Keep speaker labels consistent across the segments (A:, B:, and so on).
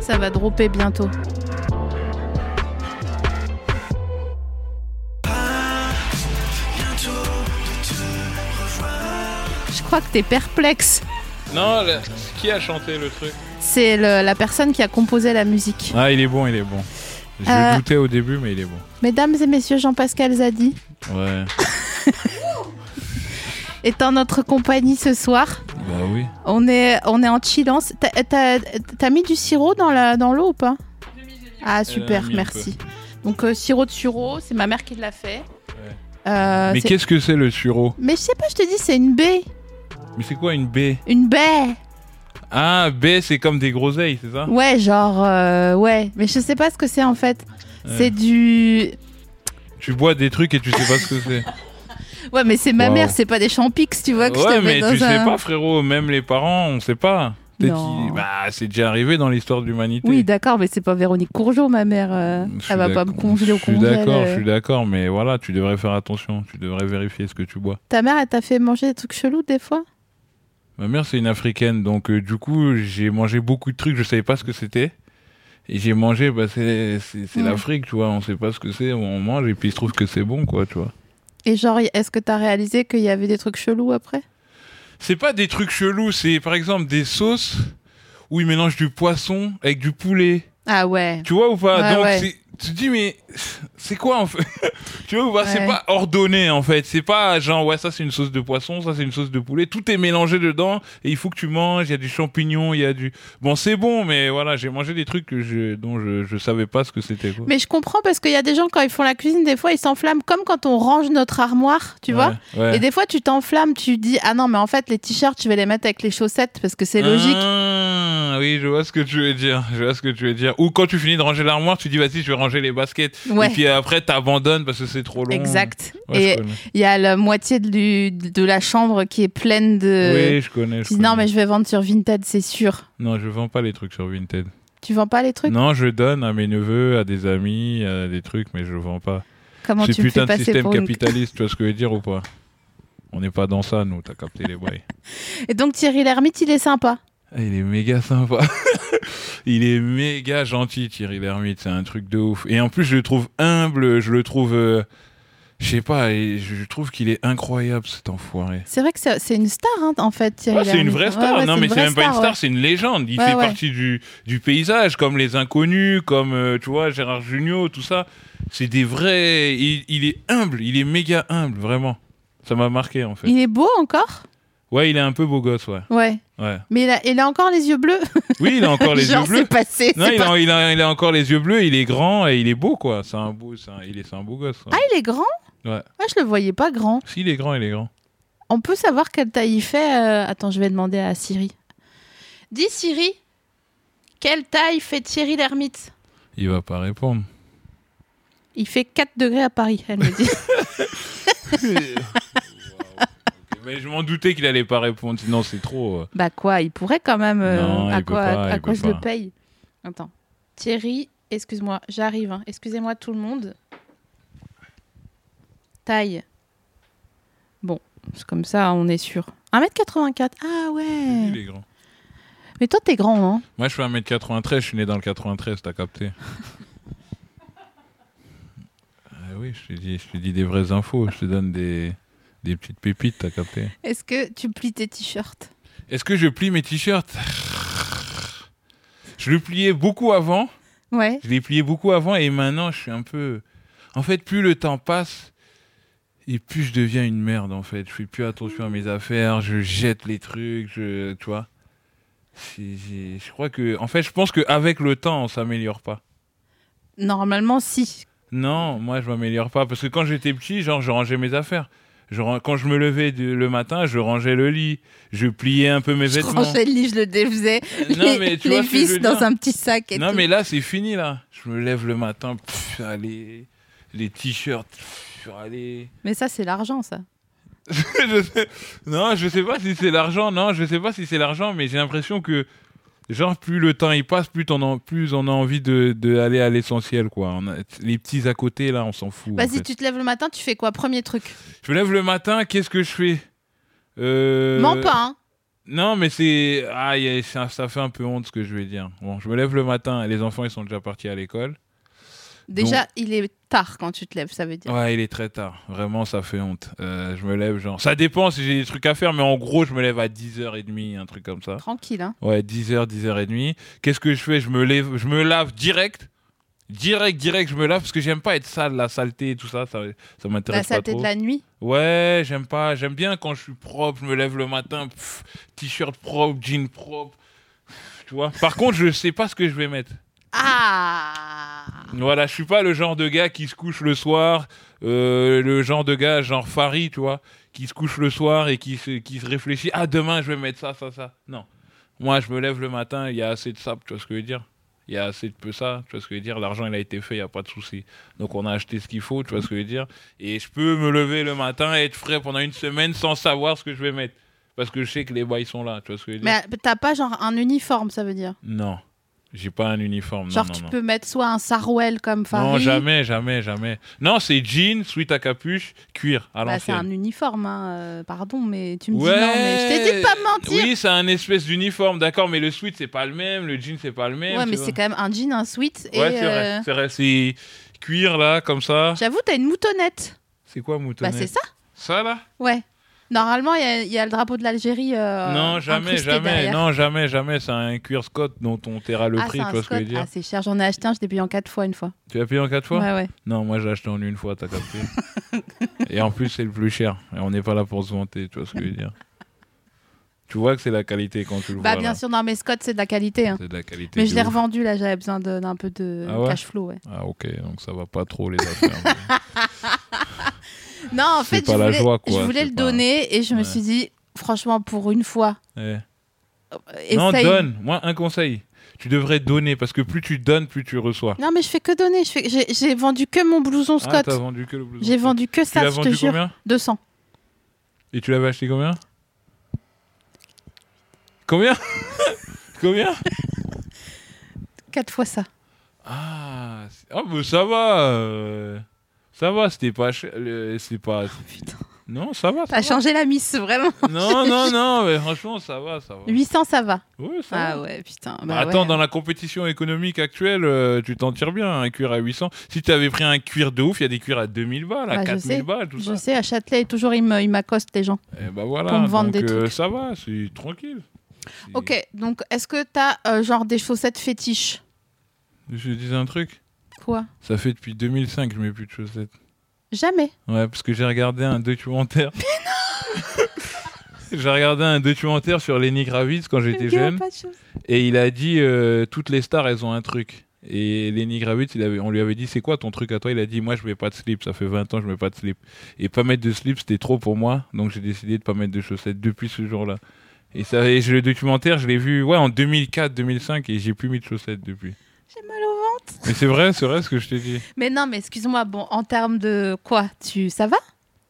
A: Ça va dropper bientôt. Je crois que t'es perplexe.
B: Non, la- qui a chanté le truc
A: C'est le- la personne qui a composé la musique.
C: Ah, il est bon, il est bon. Je
A: Euh.
C: le doutais au début, mais il est bon.
A: Mesdames et messieurs, Jean-Pascal Zadi
C: Ouais.
A: est en notre compagnie ce soir.
C: Bah oui.
A: On est, on est en chillance. T'as- T'as t'as mis du sirop dans la- dans l'eau ou pas Ah
C: Elle en
A: super,
C: a mis un
A: merci. Donc euh, sirop de sureau, c'est ma mère qui l'a fait. Euh,
C: mais
A: c'est-
C: qu'est-ce que c'est le sureau
A: mais je sais pas, je te dis, c'est une baie.
C: Mais c'est quoi une baie
A: Une baie
C: Ah, baie, c'est comme des groseilles, c'est ça
A: Ouais, genre, euh, ouais. Mais je sais pas ce que c'est en fait.
C: Euh.
A: C'est du.
C: Tu bois des trucs et tu sais pas ce que c'est.
A: Ouais, mais c'est ma
C: Wow.
A: mère, c'est pas des champix, tu vois, que je
C: ouais,
A: te mets
C: mais
A: dans
C: tu
A: un.
C: sais pas, frérot. Même les parents, on sait pas. Peut-être
A: Non.
C: qu'ils- Bah, c'est déjà arrivé dans l'histoire de l'humanité.
A: Oui, d'accord, mais c'est pas Véronique Courgeot, ma mère. euh,
C: Je suis
A: Elle va pas me
C: d'accord.
A: congeler au
C: Je suis
A: congèle.
C: d'accord, je
A: euh.
C: suis d'accord, mais voilà, tu devrais faire attention. Tu devrais vérifier ce que tu bois.
A: Ta mère, elle t'a fait manger des trucs chelous des fois
C: Ma mère, c'est une africaine, donc euh, du coup, j'ai mangé beaucoup de trucs, je savais pas ce que c'était. Et j'ai mangé, bah, c'est c'est- c'est
A: Ouais.
C: l'Afrique, tu vois, on sait pas ce que c'est, on mange, et puis il se trouve que c'est bon, quoi, tu vois.
A: Et genre, est-ce que t'as réalisé qu'il y avait des trucs chelous après
C: C'est pas des trucs chelous, c'est par exemple des sauces où ils mélangent du poisson avec du poulet.
A: Ah ouais.
C: Tu vois ou pas
A: Ouais,
C: Donc
A: ouais.
C: c'est- tu te dis mais c'est quoi en fait Tu vois ou pas
A: Ouais.
C: C'est pas ordonné en fait. C'est pas genre ouais ça c'est une sauce de poisson, ça c'est une sauce de poulet. Tout est mélangé dedans et il faut que tu manges. Il y a du champignon, il y a du bon c'est bon mais voilà j'ai mangé des trucs que je, dont je, je savais pas ce que c'était quoi.
A: Mais je comprends parce qu'il y a des gens, quand ils font la cuisine, des fois, ils s'enflamment comme quand on range notre armoire, tu vois
C: Ouais, ouais.
A: Et des fois, tu t'enflammes, tu dis Ah non, mais en fait, les t-shirts, je vais les mettre avec les chaussettes parce que
C: Mmh.
A: c'est logique.
C: Ah, oui, je vois ce que tu veux dire. Je vois ce que tu veux dire. Ou quand tu finis de ranger l'armoire, tu dis vas-y, je vais ranger les baskets.
A: Ouais.
C: Et puis après, t'abandonnes parce que c'est trop long.
A: Exact.
C: Ouais,
A: et
C: je connais.
A: il y a la moitié de, lu- de la chambre qui est pleine de.
C: oui, je connais. je
A: Tu dis, euh, non,
C: connais.
A: mais je vais vendre sur Vinted, c'est sûr.
C: Non, je vends pas les trucs sur Vinted.
A: Tu vends pas les trucs
C: Non, je donne à mes neveux, à des amis, à des trucs, mais je vends pas.
A: Comment
C: C'est
A: tu me
C: putain
A: fais
C: de
A: passer
C: système
A: pour une-
C: capitaliste, tu vois ce que je veux dire ou pas On n'est pas dans ça, nous, t'as capté les bails.
A: Et donc Thierry Lhermitte, il est sympa.
C: Ah, il est méga sympa. il est méga gentil, Thierry Lhermitte. C'est un truc de ouf. Et en plus, je le trouve humble. Je le trouve. euh, je sais pas. et Je trouve qu'il est incroyable, cet enfoiré.
A: C'est vrai que c'est c'est une star, hein, en fait, Thierry
C: Ouais, c'est une
A: Lhermitte.
C: vraie
A: Ouais,
C: star.
A: ouais,
C: non, mais
A: vraie
C: c'est même pas une star,
A: ouais.
C: c'est une légende. Il
A: Ouais,
C: fait
A: ouais.
C: partie du, du paysage, comme les inconnus, comme, euh, tu vois, Gérard Jugnot, tout ça. C'est des vrais. Il, il est humble. Il est méga humble, vraiment. Ça m'a marqué, en fait.
A: Il est beau encore
C: Ouais, il est un peu beau gosse, ouais.
A: Ouais.
C: ouais.
A: Mais il a, il a encore les yeux bleus.
C: Oui, il a encore les
A: Genre,
C: yeux bleus.
A: c'est passé.
C: Non,
A: c'est
C: il
A: pas-
C: a, il, a, il a encore les yeux bleus, il est grand et il est beau, quoi. C'est un beau, c'est un- il est, c'est un beau gosse. ouais.
A: Ah, il est grand
C: Ouais.
A: Ah, je le voyais pas grand.
C: Si, il est grand, il est grand.
A: On peut savoir quelle taille il fait euh, Attends, je vais demander à Siri. Dis Siri, quelle taille fait Thierry Lhermitte
C: Il va pas répondre.
A: Il fait 4 degrés à Paris, elle me dit.
C: Waouh. Ok, Mais je m'en doutais qu'il allait pas répondre, sinon c'est trop. euh.
A: bah quoi, il pourrait quand même. euh,
C: Non,
A: à
C: il peut
A: quoi,
C: pas,
A: à
C: il
A: quoi
C: peut
A: je
C: pas.
A: le paye Attends. Thierry, excuse-moi, j'arrive. hein. Excusez-moi tout le monde. Taille. Bon, c'est comme ça, on est sûr. 1m84. Ah
C: Il
A: ouais.
C: est grand.
A: Mais toi, t'es grand, hein
C: Moi, je fais 1m93, je suis né dans le 93, t'as capté. ah oui, je te, dis, je te dis des vraies infos, je te donne des, des petites pépites, t'as capté.
A: Est-ce que tu plies tes t-shirts
C: Est-ce que je plie mes t-shirts Je le pliais beaucoup avant.
A: Ouais.
C: Je l'ai plié beaucoup avant et maintenant je suis un peu. En fait, plus le temps passe et plus je deviens une merde en fait. Je fais plus attention à mes affaires, je jette les trucs, je, tu vois. C'est- j'ai- Je crois que, en fait, je pense qu'avec le temps, on s'améliore pas.
A: Normalement, si.
C: Non, moi je m'améliore pas parce que quand j'étais petit, genre je rangeais mes affaires. Je ran- quand je me levais du- le matin, je rangeais le lit, je pliais un peu mes
A: Je
C: vêtements.
A: rangeais le lit, je le défaisais.
C: Non,
A: les
C: mais tu
A: les
C: vois ce que je
A: vis
C: veux dire.
A: dans un petit sac et
C: non
A: tout.
C: mais là c'est fini là. Je me lève le matin, pff, allez, les t-shirts, pff, allez.
A: Mais ça, c'est l'argent, ça.
C: Je sais- Non, je sais pas si c'est l'argent. Non, je sais pas si c'est l'argent, mais j'ai l'impression que genre plus le temps il passe, plus on plus on a envie de, de aller à l'essentiel quoi. On a- les petits à côté là, on s'en fout. en
A: Vas-y,
C: fait.
A: tu te lèves le matin, tu fais quoi Premier truc.
C: Je me lève le matin, qu'est-ce que je fais euh...
A: Mens pas, hein.
C: Non, mais c'est. Ah, y a- ça, ça fait un peu honte ce que je vais dire. Bon, je me lève le matin, les enfants ils sont déjà partis à l'école.
A: Déjà, il est tard quand tu te lèves, ça veut dire.
C: Ouais, il est très tard. Vraiment, ça fait honte. Euh, je me lève genre. Ça dépend si j'ai des trucs à faire, mais en gros, je me lève à 10h30, un truc comme ça.
A: Tranquille, hein.
C: Ouais, 10h, 10h30. Qu'est-ce que je fais Je me lève, je me lave direct. Direct, direct, je me lave parce que j'aime pas être sale, la saleté et tout ça, ça, ça
A: La
C: m'intéresse pas
A: saleté
C: trop.
A: de Bah, la nuit.
C: Ouais, j'aime pas, j'aime bien quand je suis propre, je me lève le matin, pff, t-shirt propre, jean propre. Tu vois. Par contre, je sais pas ce que je vais mettre.
A: Ah
C: Voilà, je suis pas le genre de gars qui se couche le soir, euh, le genre de gars genre Farid, tu vois, qui se couche le soir et qui se, qui se réfléchit ah demain je vais mettre ça ça ça. Non. Moi, je me lève le matin, il y a assez de sable, tu vois ce que je veux dire Il y a assez de peu ça, tu vois ce que je veux dire L'argent, il a été fait, il y a pas de souci. Donc on a acheté ce qu'il faut, tu vois ce que je veux dire Et je peux me lever le matin et être frais pendant une semaine sans savoir ce que je vais mettre parce que je sais que les bails sont là, tu vois ce que je veux dire
A: Mais euh, t'as pas genre un uniforme, ça veut dire.
C: Non. J'ai pas un uniforme, non
A: genre,
C: non
A: tu
C: non.
A: peux mettre soit un sarouel comme Farid.
C: Non, jamais, jamais, jamais. Non, c'est jean, sweat à capuche, cuir à
A: Bah, c'est un
C: l'ancienne.
A: uniforme, hein, euh, pardon, mais tu me dis
C: Ouais.
A: non, mais je t'ai dit de pas me mentir.
C: oui, c'est un espèce d'uniforme, d'accord, mais le sweat c'est pas le même, le jean c'est pas le même.
A: ouais,
C: tu
A: mais
C: vois.
A: c'est quand même un jean, un sweat. et
C: Ouais, c'est
A: euh,
C: vrai, c'est vrai, c'est cuir là, comme ça.
A: j'avoue, t'as une moutonnette.
C: C'est quoi mouton
A: Bah, c'est ça,
C: Ça là
A: ouais. Normalement, il y a- il y, a le drapeau de l'Algérie. euh,
C: Non, jamais,
A: incrusté
C: jamais,
A: derrière.
C: non, jamais, jamais. C'est un cuir Scott dont on taira le
A: ah,
C: prix,
A: c'est
C: tu
A: un
C: vois ce que je veux
A: Scott.
C: dire.
A: Ah, c'est cher, j'en ai acheté un, je l'ai payé en 4 fois une fois.
C: Tu as payé en quatre fois
A: ouais, Bah, ouais.
C: Non, moi j'ai acheté en une fois, t'as capté. et en plus, c'est le plus cher. Et on n'est pas là pour se vanter, tu vois ce que je veux dire. Tu vois que c'est la qualité quand tu le
A: Bah,
C: vois.
A: bien
C: là.
A: sûr, non, mais Scott, c'est de la qualité. hein.
C: C'est de la qualité.
A: Mais je
C: de
A: l'ai
C: ouf.
A: revendu là, j'avais besoin de- d'un peu de
C: Ah ouais
A: cash flow. ouais.
C: Ah ok, donc ça va pas trop les affaires.
A: Non, en
C: C'est
A: fait, je
C: pas la
A: voulais,
C: joie, quoi,
A: je voulais
C: c'est
A: le
C: pas-
A: donner et je me
C: Ouais.
A: suis dit, franchement, pour une fois,
C: Eh.
A: euh,
C: Non,
A: essaye.
C: donne. Moi, un conseil. Tu devrais donner parce que plus tu donnes, plus tu reçois.
A: Non, mais je fais que donner. je fais- J'ai j'ai vendu que mon blouson
C: Ah,
A: Scott.
C: t'as vendu que le blouson.
A: J'ai vendu que
C: Tu l'as
A: ça, je te
C: vendu
A: jure.
C: combien
A: 200.
C: Et tu l'avais acheté combien Combien Combien
A: 4 fois ça.
C: Ah, c'est- ah bah, ça va. euh, Ça va, c'était pas cher. euh, C'est pas.
A: Putain.
C: Non, ça va. ça
A: T'as
C: va.
A: changé la miss, vraiment.
C: Non, non, non, mais franchement, ça va, ça va.
A: 800, ça va.
C: Ouais, ça va.
A: Ah ouais, putain. bah
C: Attends,
A: ouais.
C: dans la compétition économique actuelle, euh, tu t'en tires bien, un cuir à 800. Si tu avais pris un cuir de ouf, il y a des cuirs à 2000 balles, à
A: Bah, je
C: 4000
A: sais.
C: balles, tout
A: Je
C: ça.
A: sais, à Châtelet, toujours, ils me- ils m'accostent les gens.
C: Et bah voilà,
A: Pour me vendre
C: donc,
A: des
C: euh,
A: trucs.
C: ça va, c'est tranquille. C'est-
A: Ok, donc est-ce que t'as euh, genre des chaussettes fétiches
C: Je te dis un truc,
A: Quoi
C: ça fait depuis 2005 que je mets plus de chaussettes.
A: Jamais.
C: Ouais, parce que j'ai regardé un documentaire. J'ai regardé un documentaire sur Lenny Kravitz quand j'étais
A: Ok,
C: jeune
A: pas de chaussettes.
C: et il a dit euh, toutes les stars elles ont un truc. Et Lenny Kravitz, il avait, on lui avait dit c'est quoi ton truc à toi Il a dit moi je mets pas de slip, ça fait 20 ans je mets pas de slip. Et pas mettre de slip c'était trop pour moi, donc j'ai décidé de pas mettre de chaussettes depuis ce jour-là. Et ça, et je- le documentaire je l'ai vu ouais en 2004-2005 et j'ai plus mis de chaussettes depuis.
A: J'ai mal au ventre.
C: Mais c'est vrai, c'est vrai ce que je t'ai dit.
A: Mais non, mais excuse-moi, bon, en termes de quoi tu, Ça va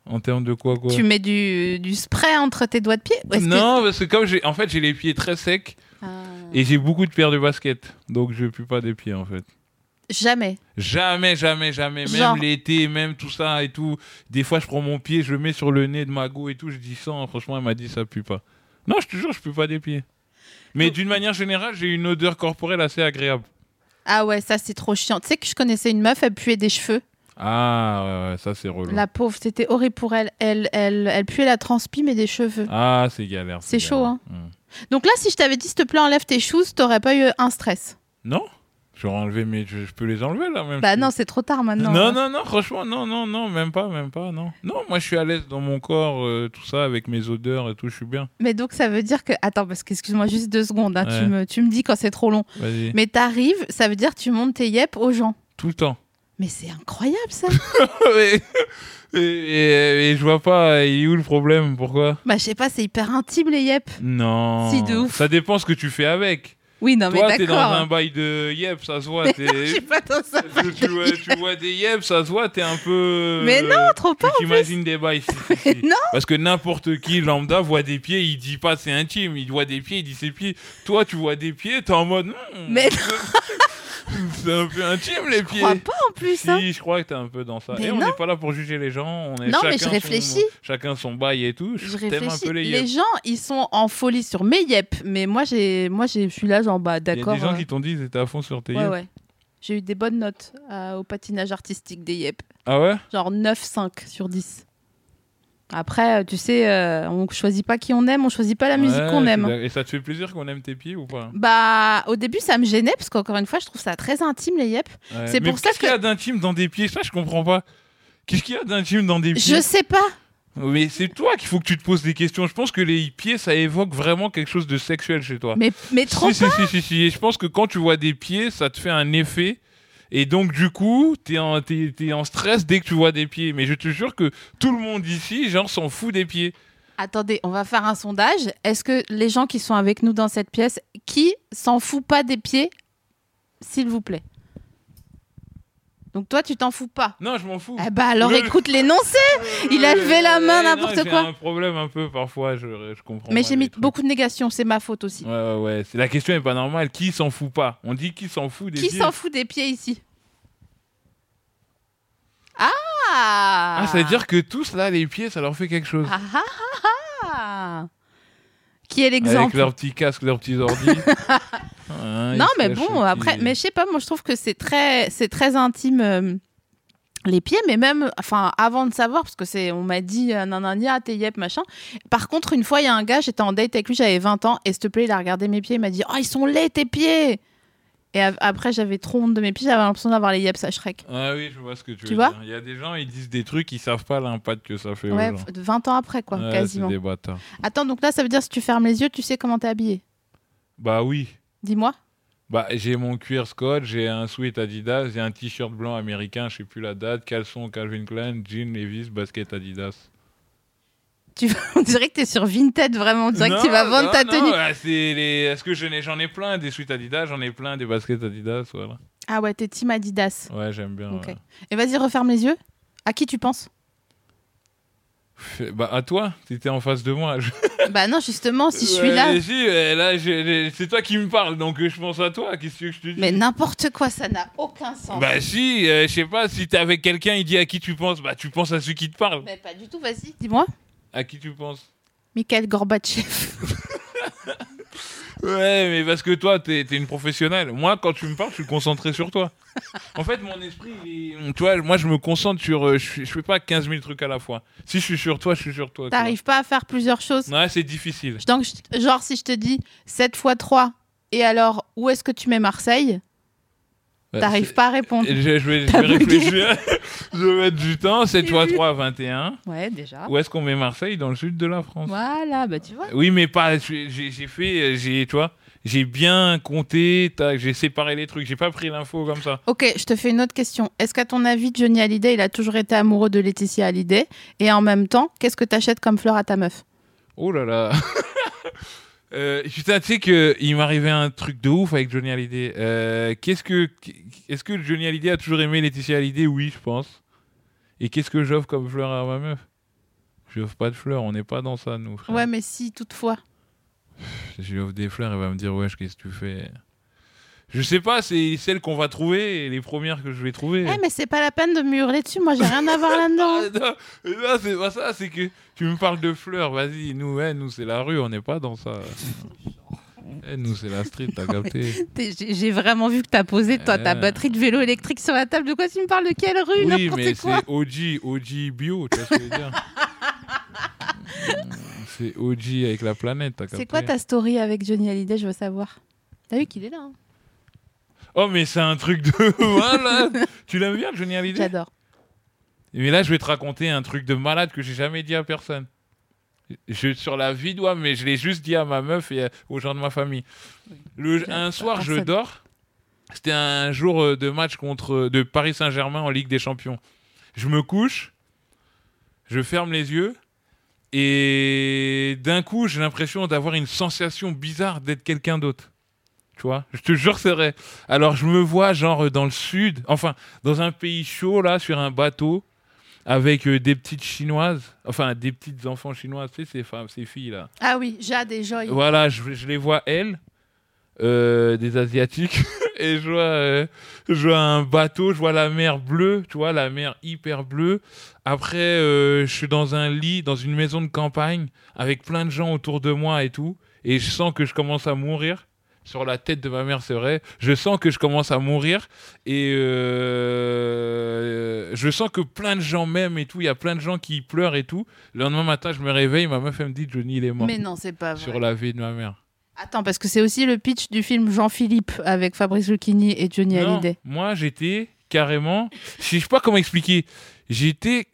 C: En termes de quoi quoi
A: Tu mets du, du spray entre tes doigts de pied Ou est-ce que-
C: Non parce que comme j'ai en fait j'ai les pieds très secs
A: Ah.
C: et j'ai beaucoup de paires de baskets, donc je pue pas des pieds en fait.
A: Jamais.
C: Jamais, jamais, jamais. Même
A: Genre-
C: l'été, même tout ça et tout. Des fois, je prends mon pied, je le mets sur le nez de ma go et tout. Je dis sang. Franchement, elle m'a dit ça pue pas. Non, je te jure, je pue pas des pieds. Mais d'une manière générale, j'ai une odeur corporelle assez agréable.
A: Ah ouais, ça c'est trop chiant. Tu sais que je connaissais une meuf, elle puait des cheveux.
C: Ah, ouais, ouais, ça c'est relou.
A: La pauvre, c'était horrible pour elle. Elle, elle, elle puait la transpi, mais des cheveux.
C: Ah, c'est galère.
A: C'est chaud,
C: galère.
A: hein.
C: Mm.
A: Donc là, si je t'avais dit, s'il te plaît, enlève tes shoes, t'aurais pas eu un stress.
C: Non, j'aurais enlevé, mais je, je peux les enlever là même.
A: Bah
C: si-
A: non, c'est trop tard maintenant.
C: Non, non, non, franchement, non, non, non, même pas, même pas, non. Non, moi je suis à l'aise dans mon corps, euh, tout ça, avec mes odeurs et tout, je suis bien.
A: Mais donc ça veut dire que. Attends, parce que, excuse-moi, juste deux secondes, hein,
C: Ouais.
A: tu, me, tu me dis quand c'est trop long.
C: Vas-y.
A: Mais t'arrives, ça veut dire que tu montes tes yep aux gens.
C: Tout le temps.
A: Mais c'est incroyable ça.
C: et, et- et- et je vois pas, il est où le problème Pourquoi
A: bah je sais pas, c'est hyper intime les yep.
C: Non.
A: Si, de ouf.
C: Ça dépend ce que tu fais avec.
A: Oui, non
C: Toi,
A: mais
C: t'es dans un
A: d'accord.
C: bail de yep, ça se voit.
A: Mais
C: t'es-
A: non, je suis pas dans ça.
C: tu, tu vois, tu vois des yep, ça se voit, t'es un peu. euh,
A: Mais non, trop
C: Tu
A: pas.
C: t'imagines des bails. si, si, si.
A: Non.
C: Parce que n'importe qui lambda voit des pieds, il dit pas c'est intime, il voit des pieds, il dit c'est pieds. Toi, tu vois des pieds, t'es en mode. hmm,
A: Mais
C: C'est un peu intime les
A: Je
C: pieds.
A: crois pas en plus. hein.
C: Si, je crois que t'es un peu dans ça.
A: Mais
C: et on
A: non.
C: n'est pas là pour juger les gens. On est
A: Non, mais
C: chacun
A: je
C: son-
A: réfléchis.
C: chacun son bail et tout.
A: Je
C: T'aimes un
A: réfléchis.
C: peu les
A: Les
C: yeux.
A: gens, ils sont en folie sur mes yep, mais moi, j'ai, moi, j'ai, je suis là, genre,
C: Il
A: bah,
C: y a
A: d'accord.
C: des gens
A: euh,
C: qui t'ont dit qu'ils étaient à fond sur tes
A: ouais,
C: yeux.
A: ouais. J'ai eu des bonnes notes euh, au patinage artistique des yep,
C: Ah ouais
A: genre 9,5 sur 10. Après, euh, tu sais, euh, on choisit pas qui on aime, on choisit pas la musique
C: Ouais,
A: qu'on
C: je suis
A: aime.
C: d'accord. Et ça te fait plaisir qu'on aime tes pieds ou pas
A: Bah, au début, ça me gênait parce qu'encore une fois, je trouve ça très intime les yep.
C: Ouais.
A: C'est
C: Mais
A: pour ça
C: qu'est-ce qu'il y
A: que-
C: a d'intime dans des pieds Ça, je comprends pas. Qu'est-ce qu'il y a d'intime dans des pieds
A: Je sais pas.
C: Mais c'est toi qu'il faut que tu te poses des questions. Je pense que les pieds, ça évoque vraiment quelque chose de sexuel chez toi.
A: Mais, mais trop.
C: si, si, si, si, si. Et je pense que quand tu vois des pieds, ça te fait un effet. Et donc, du coup, t'es en, t'es- t'es en stress dès que tu vois des pieds. Mais je te jure que tout le monde ici, genre, s'en fout des pieds.
A: Attendez, on va faire un sondage. Est-ce que les gens qui sont avec nous dans cette pièce, qui s'en fout pas des pieds, s'il vous plaît Donc toi, tu t'en fous pas
C: Non, je m'en fous.
A: Eh bah alors
C: Je-
A: écoute l'énoncé il a levé la main,
C: Eh non,
A: n'importe
C: j'ai
A: quoi.
C: un problème un peu parfois, je, je comprends.
A: Mais
C: pas
A: j'ai
C: les
A: mis
C: trucs.
A: beaucoup de négations, c'est ma faute aussi.
C: Ouais, ouais, ouais. C'est- La question est pas normale. Qui s'en fout pas On dit qui s'en fout des
A: Qui
C: pieds.
A: s'en fout des pieds ici Ah
C: Ah, ça veut dire que tous là, les pieds, ça leur fait quelque chose.
A: Ah, ah, ah, ah. Qui est
C: Avec
A: l'exemple
C: leurs petits casques, leurs petits ordi. Hein, ils
A: Non,
C: se
A: mais
C: lâchent
A: bon,
C: les
A: après,
C: petits-
A: mais je sais pas, moi je trouve que c'est très, c'est très intime euh, les pieds, mais même, enfin, avant de savoir, parce que c'est, on m'a dit, euh, nanani, ah, t'es yep, machin. Par contre, une fois, il y a un gars, j'étais en date avec lui, j'avais 20 ans, et s'il te plaît, il a regardé mes pieds, il m'a dit, oh, ils sont laids tes pieds Et a- après, j'avais trop honte de mes pieds, j'avais l'impression d'avoir les yeps à Shrek.
C: Ah oui, je vois ce que tu,
A: Tu
C: veux
A: vois
C: dire. Il y a des gens, ils disent des trucs, ils savent pas l'impact que ça fait
A: Ouais,
C: aux gens.
A: de 20 ans après, quoi,
C: Ouais,
A: quasiment.
C: C'est des bâtards.
A: Attends, donc là, ça veut dire si tu fermes les yeux, tu sais comment t'es habillé.
C: Bah oui.
A: Dis-moi.
C: Bah, j'ai mon cuir Scott, j'ai un sweat Adidas, j'ai un t-shirt blanc américain, je sais plus la date, caleçon Calvin Klein, jean Levi's, basket Adidas.
A: On dirait que t'es sur Vinted, vraiment. On dirait que tu vas vendre ta tenue.
C: bah, Est-ce que je n'ai- j'en ai plein des sweats Adidas, j'en ai plein des baskets Adidas, voilà.
A: Ah ouais, t'es team Adidas.
C: Ouais, j'aime bien.
A: Ok.
C: ouais.
A: Et vas-y, referme les yeux. À qui tu penses
C: Pff, Bah à toi, t'étais en face de moi. je-
A: Bah non, justement, si je suis
C: Ouais,
A: là.
C: mais si, ouais, là, j'ai- j'ai- c'est toi qui me parles, donc euh, je pense à toi. Qu'est-ce que je te dis
A: Mais n'importe quoi, ça n'a aucun sens.
C: Bah si, euh, je sais pas, si t'es avec quelqu'un, il dit à qui tu penses, bah tu penses à celui qui te parle.
A: Mais pas du tout, vas-y, dis-moi.
C: À qui tu penses
A: Mikhail Gorbatchev.
C: Ouais, mais parce que toi, t'es t'es une professionnelle. Moi, quand tu me parles, je suis concentré sur toi. En fait, mon esprit, il est- tu vois, moi, je me concentre sur... euh, je suis- je fais pas 15 000 trucs à la fois. Si je suis sur toi, je suis sur toi. tu
A: T'arrives pas à faire plusieurs
C: vois.
A: choses.
C: Ouais, c'est difficile.
A: Donc, je- genre, si je te dis 7 x 3, et alors, où est-ce que tu mets Marseille
C: Ouais,
A: T'arrives pas à répondre.
C: Bah, Euh, c'est- Je, je vais, je
A: T'as
C: vais
A: bugué.
C: réfléchir. je vais mettre du temps. 7
A: J'ai
C: fois
A: vu.
C: 3, 21.
A: Ouais, déjà.
C: Où est-ce qu'on met Marseille Dans le sud de la France.
A: Voilà, bah tu vois.
C: Oui, mais pas. J'ai j'ai fait. euh, J'ai, tu vois, j'ai bien compté. tac, J'ai séparé les trucs. J'ai pas pris l'info comme ça.
A: Ok, je te fais une autre question. Est-ce qu'à ton avis, Johnny Hallyday, il a toujours été amoureux de Laetitia Hallyday Et en même temps, qu'est-ce que t'achètes comme fleur à ta meuf
C: Oh là là. Euh, putain, tu sais que il m'arrivait un truc de ouf avec Johnny Hallyday. Euh, qu'est-ce que, est-ce que Johnny Hallyday a toujours aimé Laetitia Hallyday Oui, je pense. Et qu'est-ce que j'offre comme fleur à ma meuf J'offre pas de fleurs. On n'est pas dans ça, nous. frère.
A: Ouais, mais si, toutefois.
C: Je lui offre des fleurs, elle va me dire wesh, qu'est-ce que tu fais Je sais pas, c'est celles qu'on va trouver, et les premières que je vais trouver.
A: Eh, mais c'est pas la peine de me hurler dessus, moi j'ai rien à voir là-dedans.
C: Ah, non, non, c'est pas ça, c'est que tu me parles de fleurs, vas-y, nous, eh, nous c'est la rue, on n'est pas dans ça. Eh, nous c'est la street, t'as capté.
A: T'es- J'ai j'ai vraiment vu que t'as posé toi, ta
C: Euh.
A: batterie de vélo électrique sur la table. De quoi tu me parles De quelle rue
C: Oui,
A: N'importe
C: mais
A: quoi.
C: c'est OG, OG bio, tu vois ce que je veux dire C'est OG avec la planète, t'as capté.
A: C'est quoi ta story avec Johnny Hallyday Je veux savoir. T'as vu qu'il est là hein
C: Oh, mais c'est un truc de. voilà Tu l'aimes bien, Johnny Hallyday
A: J'adore.
C: Mais là, je vais te raconter un truc de malade que j'ai jamais dit à personne. Je sur la vie d'oie, mais je l'ai juste dit à ma meuf et euh, aux gens de ma famille. Le,
A: j'ai-
C: un soir, je
A: personne.
C: dors C'était un jour euh, de match contre euh, de Paris Saint-Germain en Ligue des Champions. Je me couche, je ferme les yeux et d'un coup, j'ai l'impression d'avoir une sensation bizarre d'être quelqu'un d'autre. Tu vois, je te jure, c'est vrai. Alors, je me vois genre dans le sud, enfin, dans un pays chaud là, sur un bateau avec euh, des petites chinoises, enfin, des petites enfants chinoises, tu sais, ces femmes, ces filles là.
A: Ah oui, Jade et Joy.
C: Voilà, je, je les vois, elles, euh, des Asiatiques, et je vois, euh, je vois un bateau, je vois la mer bleue, tu vois, la mer hyper bleue. Après, euh, je suis dans un lit, dans une maison de campagne, avec plein de gens autour de moi et tout, et je sens que je commence à mourir. Sur la tête de ma mère, c'est vrai. Je sens que je commence à mourir et euh, je sens que plein de gens m'aiment et tout. Il y a plein de gens qui pleurent et tout. Le lendemain matin, je me réveille, ma meuf elle me dit Johnny il est mort
A: Mais non, c'est pas vrai.
C: sur la vie de ma mère.
A: Attends, parce que c'est aussi le pitch du film Jean-Philippe avec Fabrice Lucchini et Johnny
C: Non,
A: Hallyday.
C: moi, j'étais carrément. Je sais pas comment expliquer. J'étais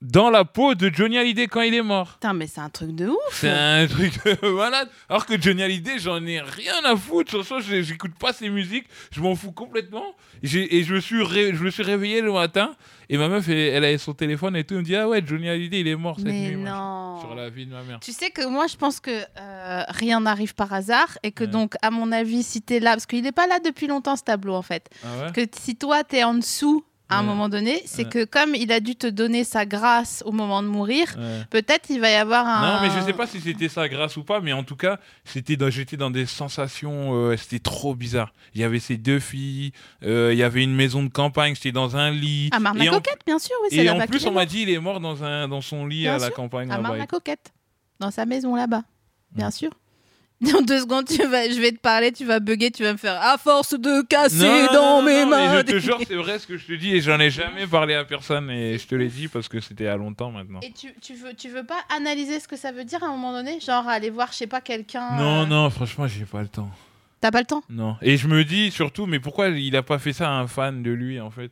C: dans la peau de Johnny Hallyday quand il est mort.
A: Putain, mais c'est un truc de ouf.
C: C'est un truc de malade. Alors que Johnny Hallyday, j'en ai rien à foutre. De toute façon, je- j'écoute pas ses musiques. Je m'en fous complètement. J'ai- Et je me, suis ré- je me suis réveillé le matin. Et ma meuf, elle, elle avait son téléphone et tout. Elle me dit Ah ouais, Johnny Hallyday, il est mort cette
A: Mais
C: nuit. machin.
A: non.
C: Sur la vie de ma mère.
A: Tu sais que moi, je pense que euh, rien n'arrive par hasard et que
C: Ouais.
A: donc, à mon avis, si t'es là, parce qu'il n'est pas là depuis longtemps ce tableau en fait,
C: Ah ouais
A: que si toi t'es en dessous à un
C: Ouais.
A: moment donné, c'est
C: Ouais.
A: que comme il a dû te donner sa grâce au moment de mourir,
C: Ouais.
A: peut-être il va y avoir un.
C: Non, mais je sais pas si c'était ça grâce ou pas, mais en tout cas, c'était dans- j'étais dans des sensations, euh, c'était trop bizarre. Il y avait ces deux filles, euh, il y avait une maison de campagne, j'étais dans un lit.
A: À
C: Et en-
A: Marne-la-Coquette, bien sûr, oui, c'est
C: Et en
A: là-bas
C: plus,
A: qu'il est
C: on m'a Ah, dit il est mort dans un dans son lit
A: Bien
C: à la
A: sûr,
C: campagne
A: À
C: là-bas.
A: Marne-la-Coquette, dans sa maison là-bas, bien
C: Mm.
A: sûr. Dans deux secondes, tu vas, je vais te parler, tu vas bugger, tu vas me faire à force de casser dans mes
C: non,
A: mains.
C: mais je te jure, c'est vrai ce que je te dis et j'en ai jamais parlé à personne et je te l'ai dit parce que c'était à longtemps maintenant.
A: Et tu, tu, veux, tu veux pas analyser ce que ça veut dire à un moment donné Genre aller voir, je sais pas, quelqu'un. euh,
C: Non, non, franchement, j'ai pas le temps.
A: T'as pas le temps
C: Non. Et je me dis surtout, mais pourquoi il a pas fait ça à un fan de lui en fait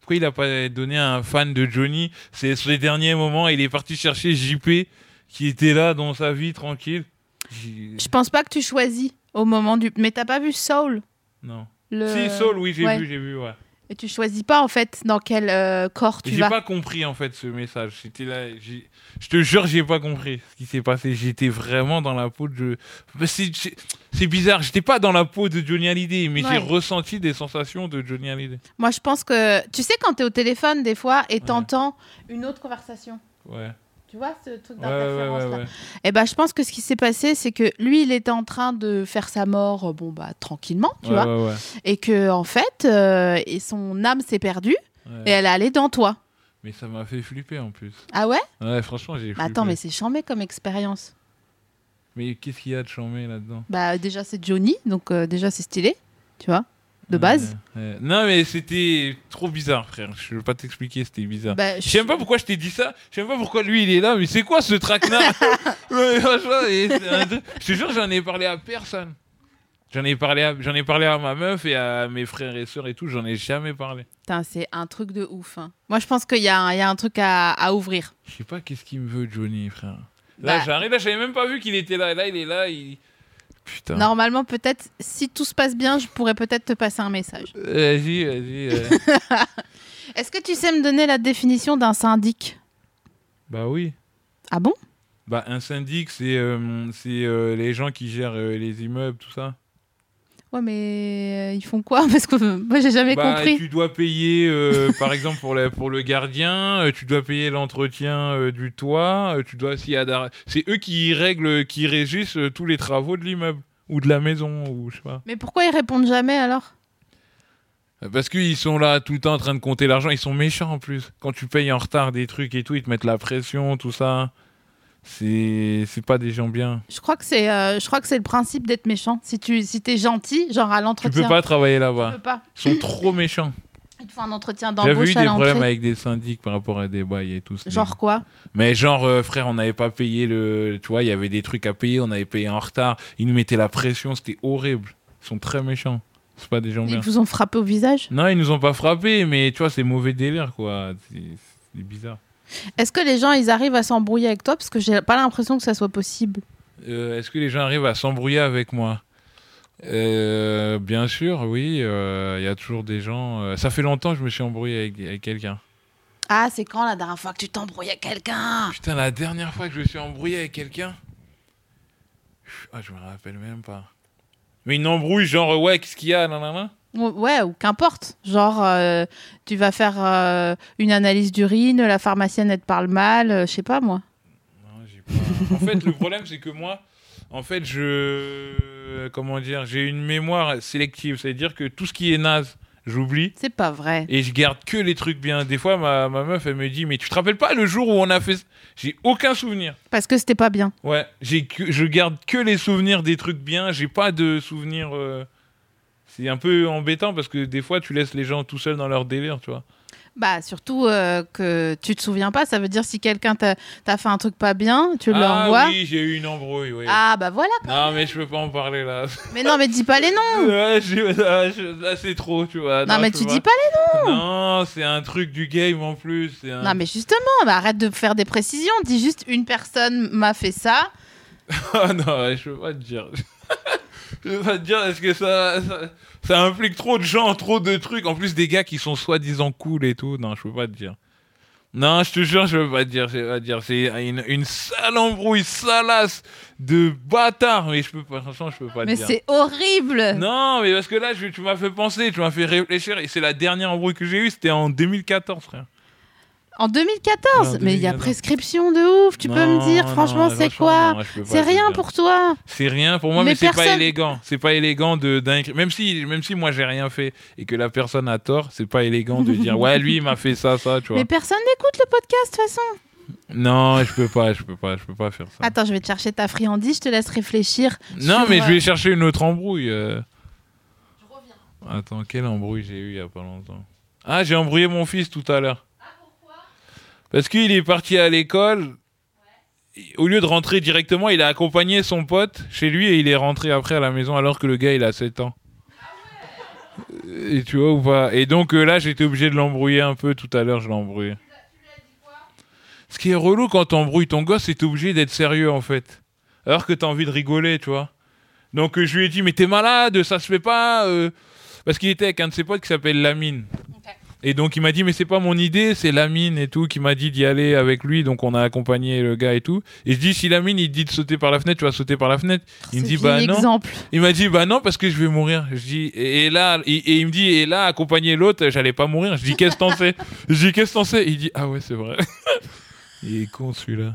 C: Pourquoi il a pas donné à un fan de Johnny C'est sur les derniers moments, il est parti chercher JP qui était là dans sa vie tranquille. J'ai-
A: Je pense pas que tu choisis au moment du. Mais t'as pas vu Soul
C: Non.
A: le...
C: Si Saul, oui, j'ai
A: Euh, ouais.
C: vu, j'ai vu, ouais.
A: Et tu choisis pas en fait dans quel euh, corps tu
C: J'ai
A: vas.
C: pas compris en fait ce message. C'était là, j'ai- je te jure, j'ai pas compris ce qui s'est passé. J'étais vraiment dans la peau de. Bah, C'est c'est- c'est bizarre. J'étais pas dans la peau de Johnny Hallyday, mais j'ai
A: Ouais.
C: ressenti des sensations de Johnny Hallyday.
A: Moi je pense que. Tu sais, quand t'es au téléphone des fois et t'entends une autre conversation,
C: Ouais.
A: tu vois ce truc
C: Ouais, ouais,
A: d'interférence
C: ouais,
A: là
C: ouais.
A: Eh ben, je pense que ce qui s'est passé, c'est que lui, il était en train de faire sa mort, euh, bon bah tranquillement, tu
C: Ouais,
A: vois,
C: ouais, ouais.
A: et que en fait, euh, et son âme s'est perdue
C: Ouais.
A: et elle est allée dans toi.
C: Mais ça m'a fait flipper en plus.
A: Ah ouais
C: Ouais, franchement, j'ai
A: Bah,
C: flippé.
A: Attends, mais c'est chambé comme expérience.
C: Mais qu'est-ce qu'il y a de chambé là-dedans
A: Bah déjà c'est Johnny, donc euh, déjà c'est stylé, tu vois, de
C: Ouais,
A: base.
C: ouais. Non, mais c'était trop bizarre, frère. Je veux pas t'expliquer, c'était bizarre.
A: Bah,
C: Je sais même pas pourquoi je t'ai dit ça. Je sais même pas pourquoi lui il est là. Mais c'est quoi ce traquenard Ouais, franchement, et c'est un truc- Je te jure, j'en ai parlé à personne. J'en ai parlé à, j'en ai parlé à ma meuf et à mes frères et sœurs et tout. J'en ai jamais parlé.
A: Putain, c'est un truc de ouf. hein. Moi je pense qu'il y, a un- il y a un truc à, à ouvrir.
C: Je sais pas qu'est-ce qu'il me veut, Johnny, frère. Là,
A: Bah.
C: j'arrive. Là, j'avais même pas vu qu'il était là. Et là, il est là. Il... Putain.
A: Normalement peut-être, si tout se passe bien, je pourrais peut-être te passer un message.
C: Vas-y, vas-y. euh.
A: Est-ce que tu sais me donner la définition d'un syndic
C: bah oui.
A: Ah bon
C: Bah, un syndic, c'est euh, c'est, euh, les gens qui gèrent euh, les immeubles, tout ça.
A: Ouais, mais euh, ils font quoi Parce que euh, moi, j'ai jamais
C: Bah,
A: compris.
C: Tu dois payer, euh, par exemple, pour, la- pour le gardien, euh, tu dois payer l'entretien euh, du toit, euh, tu dois s'il y a d'ar- C'est eux qui règlent, qui régissent euh, tous les travaux de l'immeuble ou de la maison ou je sais pas.
A: Mais pourquoi ils répondent jamais alors
C: Euh, Parce qu'ils sont là tout le temps en train de compter l'argent, ils sont méchants en plus. Quand tu payes en retard des trucs et tout, ils te mettent la pression, tout ça. C'est c'est pas des gens bien.
A: Je crois que c'est, euh, je crois que c'est le principe d'être méchant. Si tu, si t'es gentil, genre à
C: Tu
A: l'entretien.
C: peux pas travailler
A: tu
C: là-bas.
A: peux pas.
C: Ils sont trop méchants.
A: Il te faut un entretien
C: J'avais eu
A: d'embauche à
C: des problèmes
A: l'entrée.
C: avec des syndics par rapport à des bails et tout. c'était
A: Genre quoi
C: Mais genre, euh, frère, on n'avait pas payé le. Tu vois, il y avait des trucs à payer, on avait payé en retard. Ils nous mettaient la pression, c'était horrible. Ils sont très méchants. C'est pas des gens
A: Ils
C: bien.
A: vous ont frappé au visage
C: Non, ils nous ont pas frappés, mais tu vois, c'est mauvais délire, quoi. C'est c'est bizarre.
A: Est-ce que les gens, ils arrivent à s'embrouiller avec toi Parce que j'ai pas l'impression que ça soit possible.
C: Euh, Est-ce que les gens arrivent à s'embrouiller avec moi Euh, bien sûr, oui. euh, Il y a toujours des gens. euh, ça fait longtemps que je me suis embrouillé avec, avec quelqu'un.
A: Ah, c'est quand la dernière fois que tu t'embrouilles avec quelqu'un
C: Putain, la dernière fois que je me suis embrouillé avec quelqu'un. Ah, je me rappelle même pas. Mais une embrouille, genre, ouais, qu'est-ce qu'il y a nanana
A: Ou- Ouais, ou qu'importe. Genre, euh, tu vas faire euh, une analyse d'urine, la pharmacienne, elle te parle mal, euh, je sais pas moi.
C: Non, j'ai pas- En fait, le problème, c'est que moi, en fait, je. Comment dire J'ai une mémoire sélective. C'est-à-dire que tout ce qui est naze, j'oublie.
A: C'est pas vrai.
C: Et je garde que les trucs bien. Des fois, ma, ma meuf, elle me dit Mais tu te rappelles pas le jour où on a fait. ça J'ai aucun souvenir.
A: Parce que c'était pas bien.
C: Ouais, j'ai que- je garde que les souvenirs des trucs bien. J'ai pas de souvenirs. euh, C'est un peu embêtant parce que des fois, tu laisses les gens tout seuls dans leur délire, tu vois.
A: Bah, surtout euh, que tu te souviens pas, ça veut dire si quelqu'un t'a t'a fait un truc pas bien, tu le
C: ah
A: renvoies.
C: oui, j'ai eu une embrouille, oui.
A: Ah bah voilà.
C: Non, mais je peux pas en parler là.
A: Mais non, mais dis pas les noms.
C: Ouais, j'ai- ah, je- là, c'est trop, tu Ah, vois.
A: Non, mais tu dis pas
C: pas. Non, c'est un truc du game en plus. c'est un-
A: Non, mais justement, bah, arrête de faire des précisions. Dis juste une personne m'a fait ça.
C: Ah non, ouais, je peux pas te dire. je peux pas te dire, est-ce que ça, ça, ça implique trop de gens, trop de trucs. En plus, des gars qui sont soi-disant cool et tout. Non, je peux pas te dire. Non, je te jure, je peux pas te dire. Je peux pas te dire. C'est une, une sale embrouille, salace de bâtard. Mais je peux pas, franchement, je peux pas
A: Mais
C: te dire.
A: c'est euh, horrible.
C: Non, mais parce que là, je- tu m'as fait penser, tu m'as fait réfléchir. Et c'est la dernière embrouille que j'ai eue, c'était en 2014, frère.
A: En 2014,
C: Ouais, en
A: mais il y a
C: 2014.
A: prescription de ouf. Tu peux me
C: Non,
A: dire,
C: non,
A: franchement,
C: non,
A: c'est
C: franchement,
A: quoi
C: non, je peux pas
A: C'est
C: te
A: rien
C: dire.
A: pour toi.
C: C'est rien pour moi, mais,
A: Mais
C: c'est pas
A: personne-
C: élégant. C'est pas élégant de d'incri- même si même si moi j'ai rien fait et que la personne a tort, c'est pas élégant de dire ouais lui il m'a fait ça ça tu vois.
A: Mais personne n'écoute le podcast de toute façon.
C: Non, je peux pas, je peux pas, je peux pas faire ça.
A: Attends, je vais te chercher ta friandise. Je te laisse réfléchir.
C: non
A: sur,
C: mais
A: euh,
C: je vais chercher une autre embrouille. euh. Attends quelle embrouille j'ai eu il y a pas longtemps. Ah j'ai embrouillé mon fils tout à l'heure. Parce qu'il est parti à l'école. et Au lieu de rentrer directement, il a accompagné son pote chez lui et il est rentré après à la maison alors que le gars il a 7 ans. Et tu vois ou pas Et donc euh, là, j'étais obligé de l'embrouiller un peu tout à l'heure, je l'ai embrouillé. Ce qui est relou quand t'embrouilles ton gosse, c'est que t'es obligé d'être sérieux en fait. Alors que t'as envie de rigoler, tu vois. Donc euh, je lui ai dit, mais t'es malade, ça se fait pas. euh, Parce qu'il était avec un de ses potes qui s'appelle Lamine. Et donc il m'a dit, mais c'est pas mon idée, c'est Lamine et tout, qui m'a dit d'y aller avec lui. Donc on a accompagné le gars et tout. Et je dis, si Lamine il te dit de sauter par la fenêtre, tu vas sauter par la fenêtre. Il me
A: euh, ce
C: dit, bah
A: vieil
C: non.
A: exemple.
C: Il m'a dit bah non parce que je vais mourir. Je dis et et là et, et il me dit et là accompagner l'autre j'allais pas mourir. Je dis qu'est-ce que t'en sais Je dis qu'est-ce que t'en sais Il dit ah ouais c'est vrai. il est con celui-là.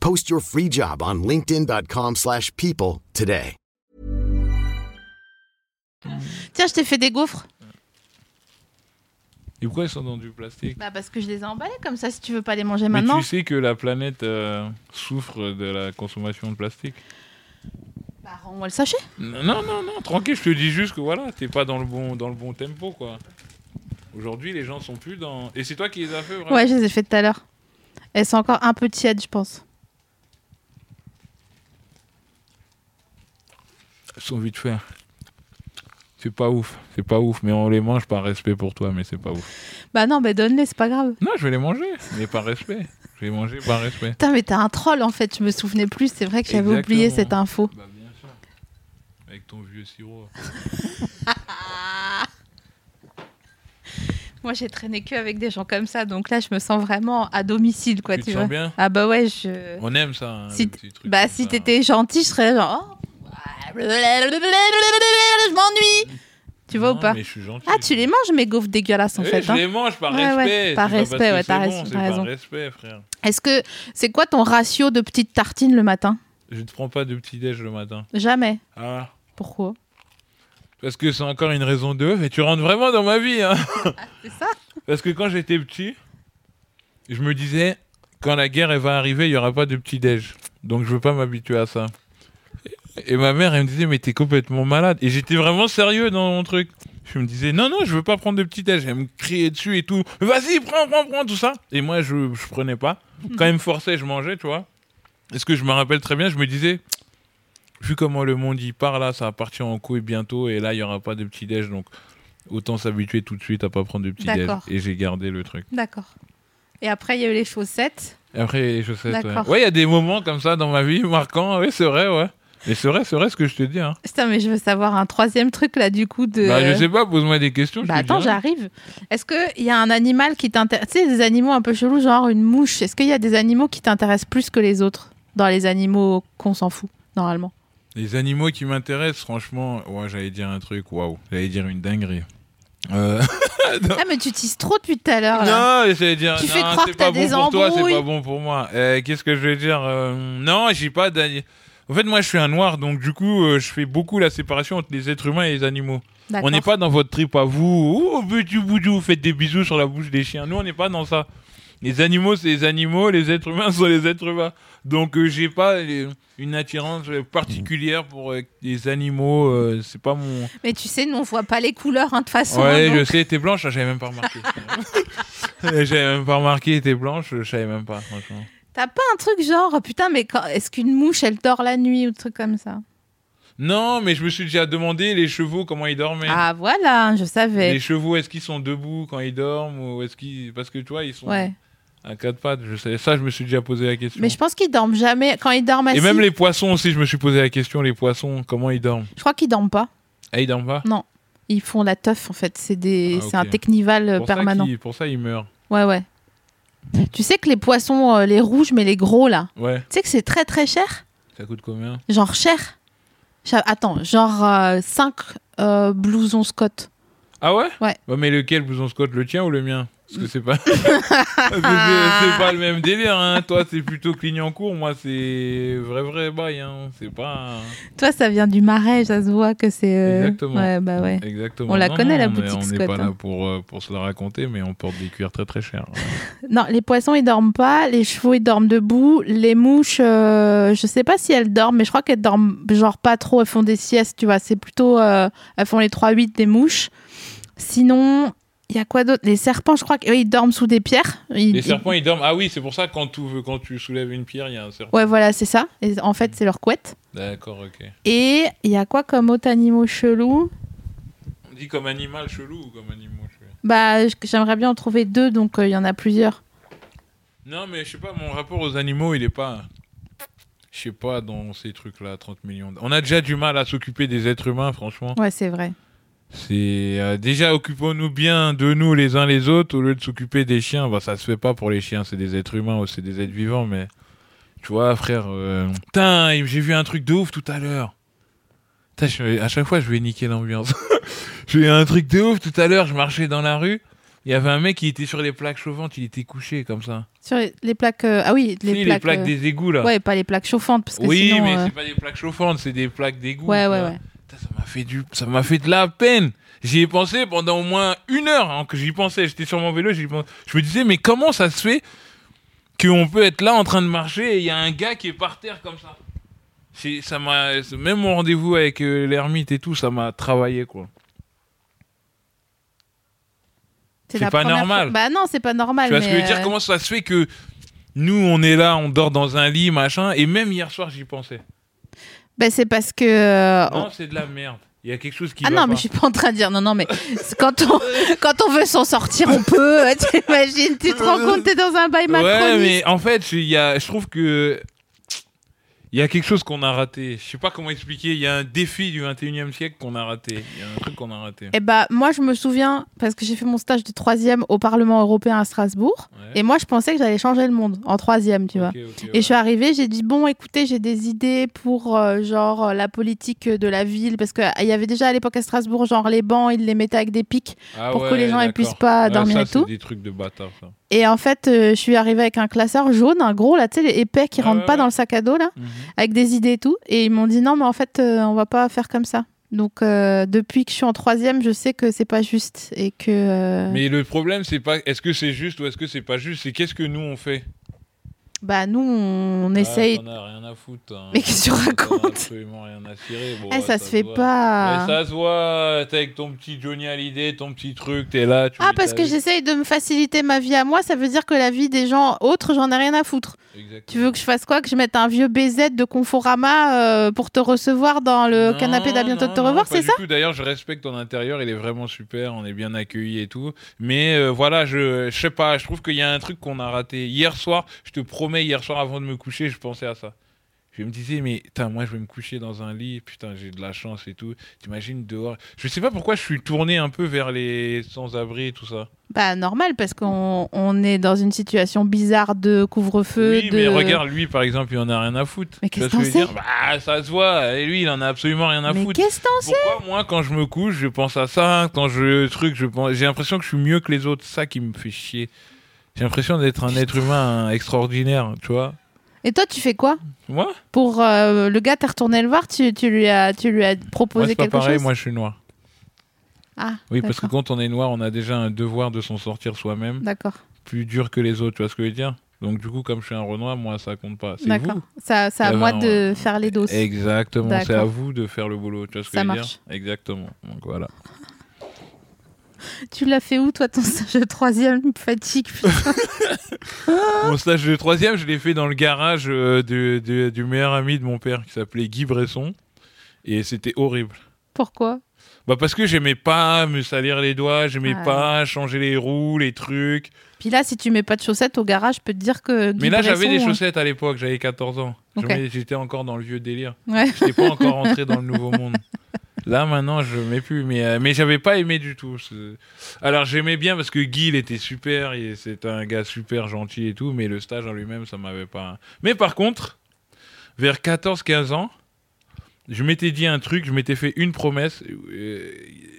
D: Post your free job on linkedin.com/people slash people today.
A: Tiens, je t'ai fait des gaufres.
C: Et pourquoi ils sont dans du plastique
A: Bah parce que je les ai emballés comme ça. Si tu veux pas les manger
C: Mais
A: maintenant.
C: tu sais que la planète euh, souffre de la consommation de plastique.
A: Bah rends-moi le sachet.
C: Non non non, non, tranquille je te dis juste que voilà t'es pas dans le bon dans le bon tempo quoi. Aujourd'hui les gens sont plus dans et c'est toi qui les as fait vraiment
A: Ouais, je les ai fait tout à l'heure. Elles sont encore un peu tièdes, je pense.
C: Ils sont vite faits. C'est pas ouf, c'est pas ouf, mais on les mange par respect pour toi, mais c'est pas ouf.
A: Bah non, bah donne-les, c'est pas grave.
C: Non, je vais les manger, mais par respect. Je vais les manger par respect.
A: Putain, mais t'es un troll en fait. Je me souvenais plus. C'est vrai que j'avais oublié
C: Exactement.
A: cette info.
C: Bah bien sûr. Avec ton vieux sirop.
A: Moi, j'ai traîné que avec des gens comme ça, donc là, je me sens vraiment à domicile, quoi.
C: tu
A: Tu,
C: te
A: vois.
C: sens bien
A: Ah bah ouais, je.
C: On aime ça. hein,
A: Si
C: les
A: t-
C: petits trucs
A: Bah
C: comme
A: si
C: ça.
A: t'étais gentil, je serais genre. oh, Je m'ennuie. Tu vois
C: Non,
A: ou pas
C: mais je suis gentil.
A: Ah, tu les manges mes gaufres dégueulasses en
C: Oui,
A: fait.
C: je
A: hein.
C: les mange par
A: Ouais, ouais,
C: respect. c'est
A: par
C: pas parce
A: respect,
C: que
A: ouais,
C: c'est
A: t'as
C: bon,
A: raison,
C: c'est
A: t'as raison.
C: Par respect, frère.
A: Est-ce que c'est quoi ton ratio de petites tartines le matin
C: Je te prends pas de petit déj le matin.
A: Jamais.
C: Ah.
A: Pourquoi
C: Parce que c'est encore une raison de. Mais tu rentres vraiment dans ma vie, hein.
A: C'est ça.
C: Parce que quand j'étais petit, je me disais, quand la guerre elle va arriver, il n'y aura pas de petit-déj. Donc je veux pas m'habituer à ça. Et ma mère, elle me disait, mais t'es complètement malade. Et j'étais vraiment sérieux dans mon truc. Je me disais, non, non, je veux pas prendre de petit déj. Elle me criait dessus et tout. Vas-y, prends, prends, prends, tout ça. Et moi, je, je prenais pas. Quand elle me forçait, je mangeais, tu vois. Et ce que je me rappelle très bien, je me disais, vu comment le monde y part, là, ça va partir en couille bientôt. Et là, il y aura pas de petit déj. Donc, autant s'habituer tout de suite à pas prendre de petit déj.
A: D'accord.
C: Et j'ai gardé le truc.
A: D'accord. Et après, il y a eu les chaussettes.
C: Et Après, il y a les chaussettes. Ouais, Ouais,
A: D'accord.
C: il y a des moments comme ça dans ma vie marquants. Oui, c'est vrai, ouais. Mais c'est vrai, c'est vrai ce que je te dis. Hein.
A: Putain, mais je veux savoir un troisième truc là, du coup. De...
C: Bah, je sais pas, pose-moi des questions. je
A: Bah,
C: te
A: attends,
C: dirai.
A: j'arrive. Est-ce qu'il y a un animal qui t'intéresse Tu sais, des animaux un peu chelous, genre une mouche. Est-ce qu'il y a des animaux qui t'intéressent plus que les autres Dans les animaux qu'on s'en fout, normalement.
C: Les animaux qui m'intéressent, franchement, ouais, j'allais dire un truc, waouh. J'allais dire une dinguerie. Euh...
A: Ah, mais tu tises trop depuis tout à l'heure. là.
C: Non, j'allais dire.
A: Ah, Tu
C: non,
A: fais croire
C: c'est
A: que t'as
C: pas bon
A: des
C: pour toi, c'est
A: embrouilles.
C: pas bon pour moi. Euh, Qu'est-ce que je vais dire Euh, Non, j'ai pas d'ani- En fait, moi, je suis un noir, donc du coup, euh, je fais beaucoup la séparation entre les êtres humains et les animaux.
A: D'accord.
C: On n'est pas dans votre trip à vous. Oh, petit boudou, vous faites des bisous sur la bouche des chiens. Nous, on n'est pas dans ça. Les animaux, c'est les animaux. Les êtres humains sont les êtres humains. Donc, euh, j'ai pas euh, une attirance euh, particulière pour euh, les animaux. euh, c'est pas mon.
A: Mais tu sais, nous, on voit pas les couleurs, hein, de toute façon.
C: Ouais,
A: hein,
C: je
A: donc-
C: sais, t'es blanche, ah, j'avais même pas remarqué. j'avais même pas remarqué, t'es blanche, je savais même pas, franchement.
A: T'as pas un truc genre, oh, putain, mais quand- est-ce qu'une mouche, elle dort la nuit ou un truc comme ça
C: Non, mais je me suis déjà demandé les chevaux, comment ils dormaient.
A: Ah, voilà, je savais.
C: Les chevaux, est-ce qu'ils sont debout quand ils dorment ou est-ce qu'ils. Parce que tu vois, ils sont
A: Ouais.
C: à quatre pattes, je sais. Ça, je me suis déjà posé la question.
A: Mais je pense qu'ils dorment jamais. Quand ils dorment assis,
C: Et même les poissons aussi, je me suis posé la question, les poissons, comment ils dorment
A: je crois qu'ils dorment pas.
C: Ah, ils dorment pas
A: Euh, Ils font la teuf en fait. C'est des,
C: Ah, ok.
A: c'est un technival euh,
C: pour ça
A: permanent.
C: qu'ils- pour ça, ils meurent.
A: Ouais, ouais. Tu sais que les poissons, euh, les rouges, mais les gros là,
C: Ouais,
A: tu sais que c'est très très cher.
C: ça coûte combien
A: Genre cher. Cha- Attends, genre 5 blousons Scott.
C: Ah ouais
A: Ouais. Mm.
C: mais lequel, blouson Scott, le tien ou le mien Parce que c'est pas... Parce que c'est c'est pas le même délire, hein. Toi, c'est plutôt Clignancourt, moi, c'est vrai, vrai bail, hein. C'est pas...
A: Toi, ça vient du marais, ça se voit que c'est. euh,
C: Exactement.
A: Ouais, bah ouais.
C: Exactement.
A: On la
C: Non,
A: connaît,
C: non,
A: la
C: on est-
A: boutique
C: On n'est
A: Scott,
C: pas là
A: hein.
C: pour, euh, pour se la raconter, mais on porte des cuirs très très chers.
A: Non, les poissons ils dorment pas, les chevaux ils dorment debout, les mouches, euh, je sais pas si elles dorment, mais je crois qu'elles dorment genre pas trop, elles font des siestes, tu vois, c'est plutôt euh, elles font les 3-8 des mouches. Sinon, il y a quoi d'autre Les serpents, je crois qu'ils dorment sous des pierres. Ils-
C: Les
A: ils-
C: serpents, ils dorment. Ah oui, c'est pour ça, quand tu, quand tu soulèves une pierre, il y a un serpent.
A: Ouais, voilà, c'est ça. Et en fait, c'est leur couette.
C: D'accord, ok.
A: Et il y a quoi comme autre animaux chelous
C: On dit comme animal chelou ou comme animal chelou
A: Bah, j- j'aimerais bien en trouver deux, donc euh, il y en a plusieurs.
C: Non, mais je sais pas, mon rapport aux animaux, il est pas. Je sais pas, dans ces trucs-là, 30 millions. d- On a déjà du mal à s'occuper des êtres humains, franchement.
A: Ouais, c'est vrai.
C: C'est euh, déjà occupons-nous bien de nous les uns les autres au lieu de s'occuper des chiens. Bah ça se fait pas pour les chiens, c'est des êtres humains ou c'est des êtres vivants, mais tu vois frère. euh, Putain, il- j'ai vu un truc de ouf tout à l'heure. Putain, je- à chaque fois je vais niquer l'ambiance. j'ai eu un truc de ouf tout à l'heure. Je marchais dans la rue, il y avait un mec qui était sur les plaques chauffantes, il était couché comme ça.
A: Sur les, les plaques. euh, ah oui, les
C: Tu sais,
A: plaques. euh,
C: des égouts là.
A: Ouais, pas les plaques chauffantes, parce que
C: oui,
A: sinon.
C: mais
A: euh,
C: c'est pas des plaques chauffantes, c'est des plaques d'égout.
A: Ouais,
C: tu
A: ouais,
C: vois.
A: ouais.
C: Putain, ça m'a fait du, ça m'a fait de la peine. J'y ai pensé pendant au moins une heure hein, que j'y pensais. J'étais sur mon vélo, j'y pensais. Je me disais, mais comment ça se fait qu'on peut être là en train de marcher et il y a un gars qui est par terre comme ça C'est- ça m'a, même mon rendez-vous avec euh, l'ermite et tout, ça m'a travaillé quoi. C'est
A: la
C: pas
A: première
C: normal.
A: fois- Bah non, c'est pas normal.
C: Tu vas se
A: mais,
C: me dire
A: euh,
C: comment ça se fait que nous on est là, on dort dans un lit machin, et même hier soir j'y pensais.
A: bah, c'est parce que. euh, on-
C: Non, c'est de la merde. Il y a quelque chose qui
A: Ah
C: va
A: non,
C: pas.
A: mais je suis pas en train de dire. Non, non, mais c'est quand on, quand on veut s'en sortir, on peut. euh, T'imagines, tu te rends compte, t'es dans un bail
C: Euh, Ouais,
A: macroniste.
C: mais en fait, il y a, je trouve que il y a quelque chose qu'on a raté. Je sais pas comment expliquer. Il y a un défi du 21e siècle qu'on a raté. Il y a un truc qu'on a raté.
A: Eh bah, moi, je me souviens, parce que j'ai fait mon stage de troisième au Parlement européen à Strasbourg.
C: Ouais.
A: Et moi, je pensais que j'allais changer le monde en troisième, tu vois.
C: Ok, ok,
A: Et
C: ouais.
A: je suis arrivée, j'ai dit bon, écoutez, j'ai des idées pour euh, genre euh, la politique de la ville parce que euh, il y avait déjà à l'époque à Strasbourg genre les bancs, ils les mettaient avec des pics
C: Ah
A: pour que
C: ouais,
A: les gens ils
C: d'accord.
A: puissent pas
C: Ouais,
A: dormir
C: ça,
A: et tout.
C: C'est des trucs de bâtard. Ça.
A: Et en fait, euh, je suis arrivée avec un classeur jaune, un gros, là, tu sais, les épais qui
C: Ah
A: rentrent
C: ouais,
A: pas
C: ouais.
A: dans le sac à dos, là, avec des idées et tout. Et ils m'ont dit non, mais en fait, euh, on va pas faire comme ça. Donc, euh, depuis que je suis en troisième, je sais que c'est pas juste et que. euh,
C: Mais le problème, c'est pas est-ce que c'est juste ou est-ce que c'est pas juste. C'est qu'est-ce que nous on fait.
A: Bah, nous, on essaye.
C: Ah, t'en as rien à foutre. hein.
A: Mais qu'est-ce que tu
C: T'en as
A: racontes
C: absolument rien à cirer. Bon,
A: Eh,
C: ouais,
A: ça, se fait
C: voit.
A: pas.
C: Mais ça se voit, t'es avec ton petit Johnny Hallyday, ton petit truc, t'es là. Tu
A: Ah,
C: vis
A: parce
C: ta
A: que
C: vie.
A: j'essaye de me faciliter ma vie à moi, ça veut dire que la vie des gens autres, j'en ai rien à foutre.
C: Exactement.
A: Tu veux que je fasse quoi Que je mette un vieux BZ de Conforama euh, pour te recevoir dans le
C: Non,
A: canapé d'à bientôt de
C: non,
A: te
C: non,
A: revoir,
C: pas
A: c'est
C: du
A: ça
C: tout. D'ailleurs, je respecte ton intérieur, il est vraiment super, on est bien accueillis et tout. Mais euh, voilà, je, je sais pas, je trouve qu'il y a un truc qu'on a raté. Hier soir, je te promets, hier soir avant de me coucher, je pensais à ça. Je me disais, mais putain, moi je vais me coucher dans un lit, putain, j'ai de la chance et tout. T'imagines dehors. Je sais pas pourquoi je suis tourné un peu vers les sans-abri et tout ça.
A: Bah, normal, parce qu'on on est dans une situation bizarre de couvre-feu.
C: Oui,
A: de...
C: mais regarde, lui, par exemple, il en a rien à foutre.
A: Mais
C: Tu vois
A: qu'est-ce
C: ce que je veux
A: t'en
C: dire Bah, ça se voit. Et lui, il en a absolument rien à
A: Mais
C: foutre.
A: qu'est-ce que t'en sais
C: Pourquoi, moi, quand je me couche, je pense à ça Quand je truc, je pense... j'ai l'impression que je suis mieux que les autres. Ça qui me fait chier. J'ai l'impression d'être un être humain extraordinaire, tu vois.
A: Et toi, tu fais quoi
C: Moi,
A: Pour euh, le gars, t'es retourné le voir, tu, tu lui, as, tu lui as
C: moi
A: proposé
C: c'est pas
A: quelque
C: pareil.
A: chose
C: Moi, je suis noir.
A: Ah,
C: Oui, parce que
A: d'accord,
C: quand on est noir, on a déjà un devoir de s'en sortir soi-même,
A: D'accord,
C: plus dur que les autres. Tu vois ce que je veux dire Donc, du coup, comme je suis un renoir, moi, ça compte pas. C'est
A: d'accord.
C: vous.
A: Ça, ça à
C: Eh ben,
A: moi
C: on-
A: de faire les doses.
C: Exactement, c'est
A: D'accord.
C: à vous de faire le boulot, tu vois ce que
A: Ça
C: je veux
A: marche.
C: dire Exactement. Donc voilà.
A: Tu l'as fait où, toi, ton stage de troisième fatigue putain.
C: Mon stage de troisième, je l'ai fait dans le garage euh, du, du- du meilleur ami de mon père qui s'appelait Guy Bresson. Et c'était horrible.
A: Pourquoi
C: Bah parce que j'aimais pas me salir les doigts, j'aimais
A: Ah.
C: pas changer les roues, les trucs.
A: Puis là, si tu mets pas de chaussettes au garage, je peux te dire que. Guy
C: Mais là j'avais
A: Bresson,
C: des
A: hein.
C: chaussettes à l'époque, j'avais 14 ans. Je
A: Ok.
C: mets- J'étais encore dans le vieux délire.
A: Ouais.
C: J'étais pas encore entré dans le nouveau monde. Là maintenant je mets plus, mais, euh, mais j'avais pas aimé du tout. ce- Alors j'aimais bien parce que Guy il était super, il- c'était un gars super gentil et tout, mais le stage en lui-même ça m'avait pas... Mais par contre, vers 14-15 ans, je m'étais dit un truc, je m'étais fait une promesse, euh,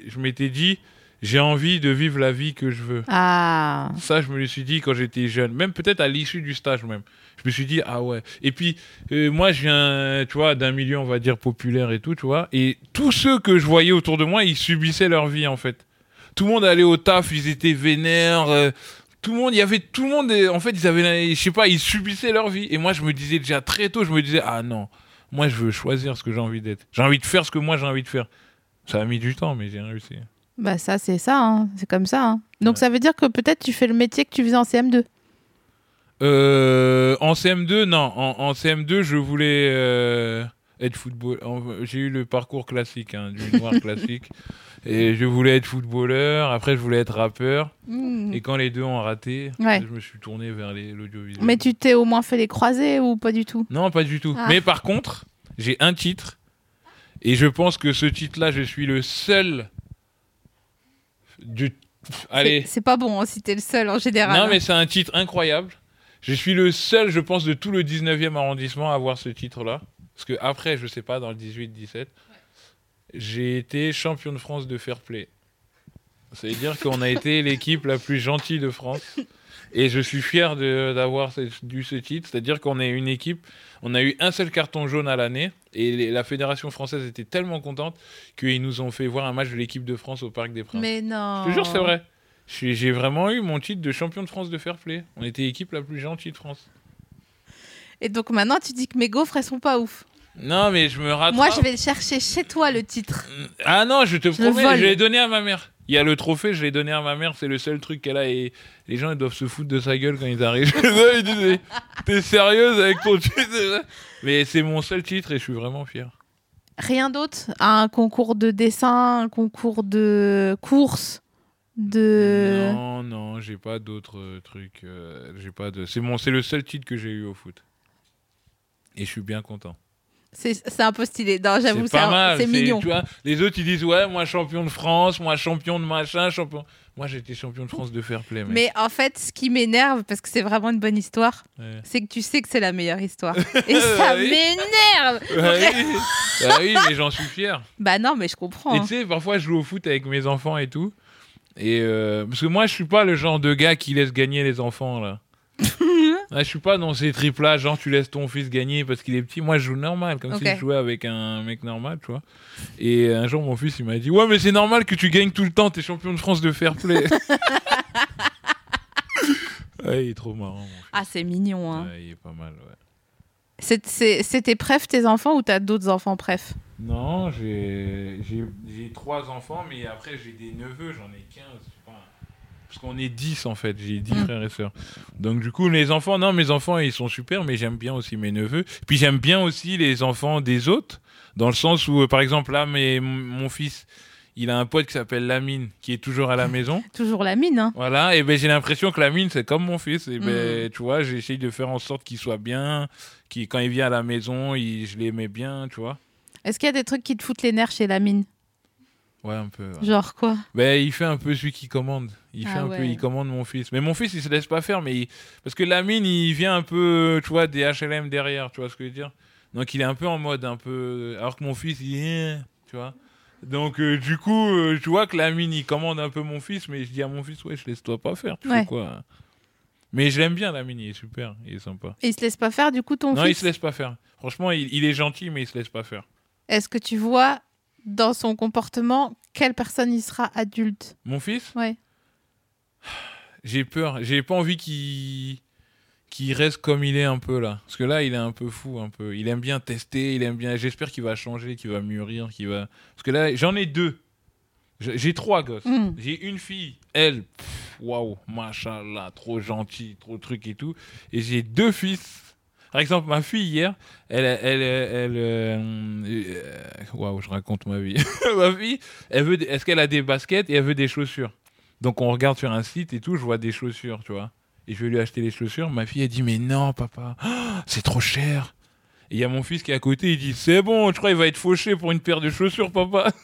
C: je m'étais dit j'ai envie de vivre la vie que je veux.
A: Ah.
C: Ça, je me le suis dit quand j'étais jeune, même peut-être à l'issue du stage même. Je me suis dit, ah ouais. Et puis, euh, moi, je viens, tu vois, d'un milieu, on va dire, populaire et tout, tu vois. Et tous ceux que je voyais autour de moi, ils subissaient leur vie, en fait. Tout le monde allait au taf, ils étaient vénères. euh, tout le monde, il y avait tout le monde, euh, en fait, ils avaient, la- je sais pas, ils subissaient leur vie. Et moi, je me disais déjà très tôt, je me disais, ah non, moi, je veux choisir ce que j'ai envie d'être. J'ai envie de faire ce que moi, j'ai envie de faire. Ça a mis du temps, mais j'ai réussi.
A: Bah, ça, c'est ça, hein. c'est comme ça. hein. Donc, ça veut dire que peut-être tu fais le métier que tu faisais en CM2.
C: Euh, en CM2, non. En, en CM2, je voulais euh, être football. en- J'ai eu le parcours classique, hein, du noir classique. Et je voulais être footballeur. Après, je voulais être rappeur.
A: Mm.
C: Et quand les deux ont raté,
A: Ouais.
C: je me suis tourné vers les- l'audiovisuel.
A: Mais tu t'es au moins fait les croisés ou pas du tout
C: Non, pas du tout.
A: Ah.
C: Mais par contre, j'ai un titre. Et je pense que ce titre-là, je suis le seul. Du... Allez.
A: C'est- C'est pas bon hein, si t'es le seul en général.
C: Non,
A: hein.
C: mais c'est un titre incroyable. Je suis le seul, je pense, de tout le 19e arrondissement à avoir ce titre-là. Parce que après, je sais pas, dans le 18-17, j'ai été champion de France de fair play. Ça veut dire qu'on a été l'équipe la plus gentille de France. Et je suis fier de- d'avoir ce- dû ce titre. C'est-à-dire qu'on est une équipe, on a eu un seul carton jaune à l'année. Et les- la Fédération française était tellement contente qu'ils nous ont fait voir un match de l'équipe de France au Parc des Princes.
A: Mais non.
C: Je te jure, c'est vrai. Je suis- J'ai vraiment eu mon titre de champion de France de fair play. On était l'équipe la plus gentille de France.
A: Et donc maintenant, tu dis que mes gaufres, elles sont pas ouf.
C: Non, mais je me rattrape.
A: Moi, je vais le chercher chez toi, le titre.
C: Ah non, je te
A: Je le
C: promets,
A: vole.
C: je l'ai donné à ma mère. Il y a le trophée, je l'ai donné à ma mère, c'est le seul truc qu'elle a et les gens ils doivent se foutre de sa gueule quand ils arrivent. chez eux. ils disent mais T'es sérieuse avec ton titre Mais c'est mon seul titre et je suis vraiment fier.
A: Rien d'autre Un concours de dessin, un concours de course, de.
C: Non, non, j'ai pas d'autres euh, trucs. euh, j'ai pas de. C'est mon, c'est le seul titre que j'ai eu au foot. Et je suis bien content.
A: C'est c'est un peu stylé. Non, j'avoue,
C: C'est pas
A: un-
C: mal,
A: c'est mignon.
C: Tu vois, les autres ils disent ouais, moi champion de France, moi champion de machin, champion. Moi j'étais champion de France de fair play. mec.
A: Mais en fait, ce qui m'énerve, parce que c'est vraiment une bonne histoire,
C: Ouais.
A: c'est que tu sais que c'est la meilleure histoire. Et ça
C: Oui.
A: m'énerve
C: Bah oui, bah oui, mais j'en suis fier.
A: Bah non, mais je comprends.
C: Et tu sais, parfois je joue au foot avec mes enfants et tout. Et euh, parce que moi je suis pas le genre de gars qui laisse gagner les enfants là. Ouais, je suis pas dans ces tripes là, genre tu laisses ton fils gagner parce qu'il est petit. Moi je joue normal, comme
A: Ok.
C: si je jouais avec un mec normal, tu vois. Et un jour mon fils il m'a dit Ouais, mais c'est normal que tu gagnes tout le temps, t'es champion de France de fair play. Ouais, il est trop marrant. mon chien.
A: Ah, c'est mignon. Hein.
C: Ouais, il est pas mal, ouais.
A: C'est- c'est- C'était préf tes enfants ou t'as d'autres enfants préf
C: Non, j'ai j'ai- j'ai trois enfants, mais après j'ai des neveux, j'en ai 15. enfin, parce qu'on est 10 en fait, j'ai 10
A: Mm.
C: frères et sœurs. Donc du coup, les enfants, non, mes enfants, ils sont super, mais j'aime bien aussi mes neveux. Puis j'aime bien aussi les enfants des autres, dans le sens où, euh, par exemple, là, mes, mon fils, il a un pote qui s'appelle Lamine, qui est toujours à la maison.
A: Toujours la mine, hein.
C: Voilà, et ben j'ai l'impression que la mine c'est comme mon fils. Et ben tu vois, j'essaye de faire en sorte qu'il soit bien, qu'il quand il vient à la maison, il- je l'aimais bien, tu vois.
A: Est-ce qu'il y a des trucs qui te foutent les nerfs chez la mine
C: Ouais, un peu. ouais.
A: Genre quoi
C: Ben il fait un peu celui qui commande. Il
A: Ah
C: fait un peu,
A: ouais.
C: il commande mon fils. Mais mon fils, il se laisse pas faire, mais il- parce que la mine, il vient un peu, tu vois, des HLM derrière, tu vois ce que je veux dire. Donc il est un peu en mode un peu, alors que mon fils, il est, tu vois. Donc euh, du coup, euh, tu vois que la mine, il commande un peu mon fils, mais je dis à mon fils, ouais, je laisse toi pas faire, tu
A: Ouais.
C: fais quoi Mais je l'aime bien, la mine, il est super, il est sympa.
A: Et il se laisse pas faire du coup ton
C: non, il
A: fils
C: se laisse pas faire. Franchement, il, il est gentil, mais il se laisse pas faire.
A: Est-ce que tu vois dans son comportement quelle personne il sera adulte
C: Mon fils,
A: Ouais.
C: j'ai peur. J'ai pas envie qu'il qu'il reste comme il est un peu là. Parce que là, il est un peu fou, un peu. Il aime bien tester, il aime bien. J'espère qu'il va changer, qu'il va mûrir, qu'il va. Parce que là, j'en ai deux. J'ai j'ai trois gosses.
A: Mm.
C: J'ai une fille, elle, pff, waouh, machallah, trop gentille, trop truc et tout. Et j'ai deux fils. Par exemple, ma fille hier, elle, elle, elle, elle, euh, euh, waouh, je raconte ma vie. ma fille, elle veut, des- est-ce qu'elle a des baskets et elle veut des chaussures. Donc on regarde sur un site et tout, je vois des chaussures, tu vois. Et je vais lui acheter les chaussures. Ma fille, elle dit, mais non, papa, ah, c'est trop cher. Et il y a mon fils qui est à côté, il dit, c'est bon, je crois il va être fauché pour une paire de chaussures, papa.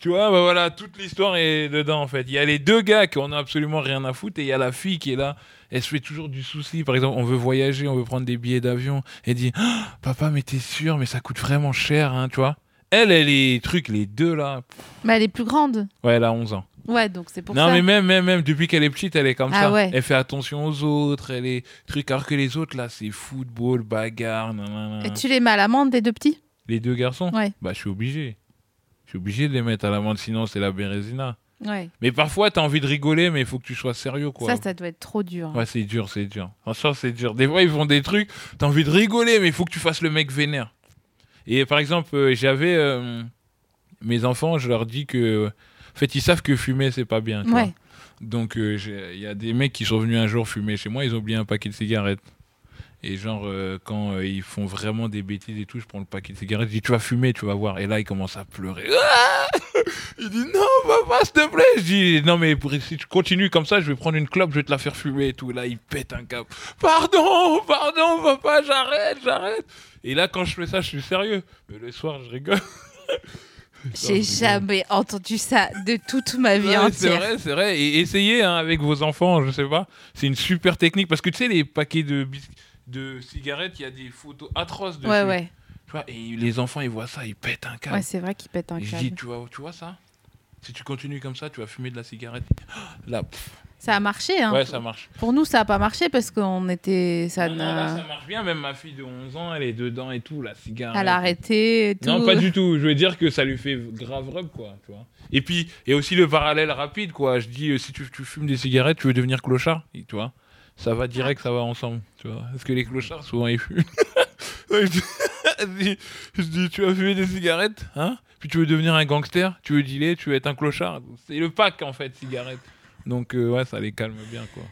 C: Tu vois, bah voilà, toute l'histoire est dedans en fait. Il y a les deux gars qui en ont absolument rien à foutre et il y a la fille qui est là. Elle se fait toujours du souci. Par exemple, on veut voyager, on veut prendre des billets d'avion. Elle dit Ah, Papa, mais t'es sûr, mais ça coûte vraiment cher, hein, tu vois. Elle, elle est truc, les deux là.
A: Mais elle est plus grande.
C: Ouais, elle a 11 ans.
A: Ouais, donc c'est pour
C: non,
A: ça.
C: mais même, même, même, depuis qu'elle est petite, elle est comme
A: Ah
C: ça.
A: ouais.
C: Elle fait attention aux autres, elle est truc. Alors que les autres là, c'est football, bagarre, nanana.
A: Et tu les mets à l'amende des deux petits
C: Les deux garçons
A: Ouais.
C: Bah, je suis obligé. Je suis obligé de les mettre à l'amende, sinon c'est la bérésina.
A: Ouais.
C: Mais parfois, t'as envie de rigoler, mais il faut que tu sois sérieux, quoi.
A: Ça, ça doit être trop dur.
C: Ouais, c'est dur, c'est dur. Franchement, c'est dur. Des fois, ils font des trucs, t'as envie de rigoler, mais il faut que tu fasses le mec vénère. Et par exemple, euh, j'avais euh, mes enfants, je leur dis que. En fait, ils savent que fumer, c'est pas bien. tu vois.
A: Ouais.
C: Donc, euh, j'ai- il y a des mecs qui sont venus un jour fumer chez moi, ils ont oublié un paquet de cigarettes. Et genre, euh, quand euh, ils font vraiment des bêtises et tout, je prends le paquet de cigarettes, je dis, tu vas fumer, tu vas voir. Et là, ils commencent à pleurer. Ah il dit, non, papa, s'il te plaît. Je dis, non, mais pour- si tu continues comme ça, je vais prendre une clope, je vais te la faire fumer et tout. Et là, il pète un câble. Pardon, pardon, papa, j'arrête, j'arrête. Et là, quand je fais ça, je suis sérieux. Mais le soir, je rigole.
A: J'ai
C: Putain, je rigole.
A: jamais entendu ça de toute ma vie
C: Ouais, C'est
A: entière.
C: vrai, c'est vrai. Et essayez hein, avec vos enfants, je sais pas. C'est une super technique parce que tu sais, les paquets de, bis- de cigarettes, il y a des photos atroces dessus.
A: ouais, ouais.
C: Tu vois, et les enfants, ils voient ça, ils pètent un câble.
A: Ouais, c'est vrai qu'il pète un
C: Et je dis,
A: câble.
C: tu vois, tu vois ça Si tu continues comme ça, tu vas fumer de la cigarette. Là, pff,
A: Ça a marché, hein.
C: ouais, ça marche.
A: Pour nous, ça a pas marché parce qu'on était. Ça
C: Non, non,
A: n'a-
C: là, ça marche bien. Même ma fille de 11 ans, elle est dedans et tout, la cigarette.
A: Elle a arrêté et tout.
C: Non, pas du tout. Je veux dire que ça lui fait grave rub, quoi. Tu vois. Et puis, et aussi le parallèle rapide, quoi. Je dis, euh, si tu, tu fumes des cigarettes, tu veux devenir clochard, et tu vois. Ça va direct, ça va ensemble, tu vois. Parce que les clochards, souvent, ils fument. je, dis, je dis- je dis, tu vas fumer des cigarettes, hein Puis tu veux devenir un gangster, tu veux dealer, tu veux être un clochard. C'est le pack, en fait, cigarette. Donc, euh, ouais, ça les calme bien, quoi.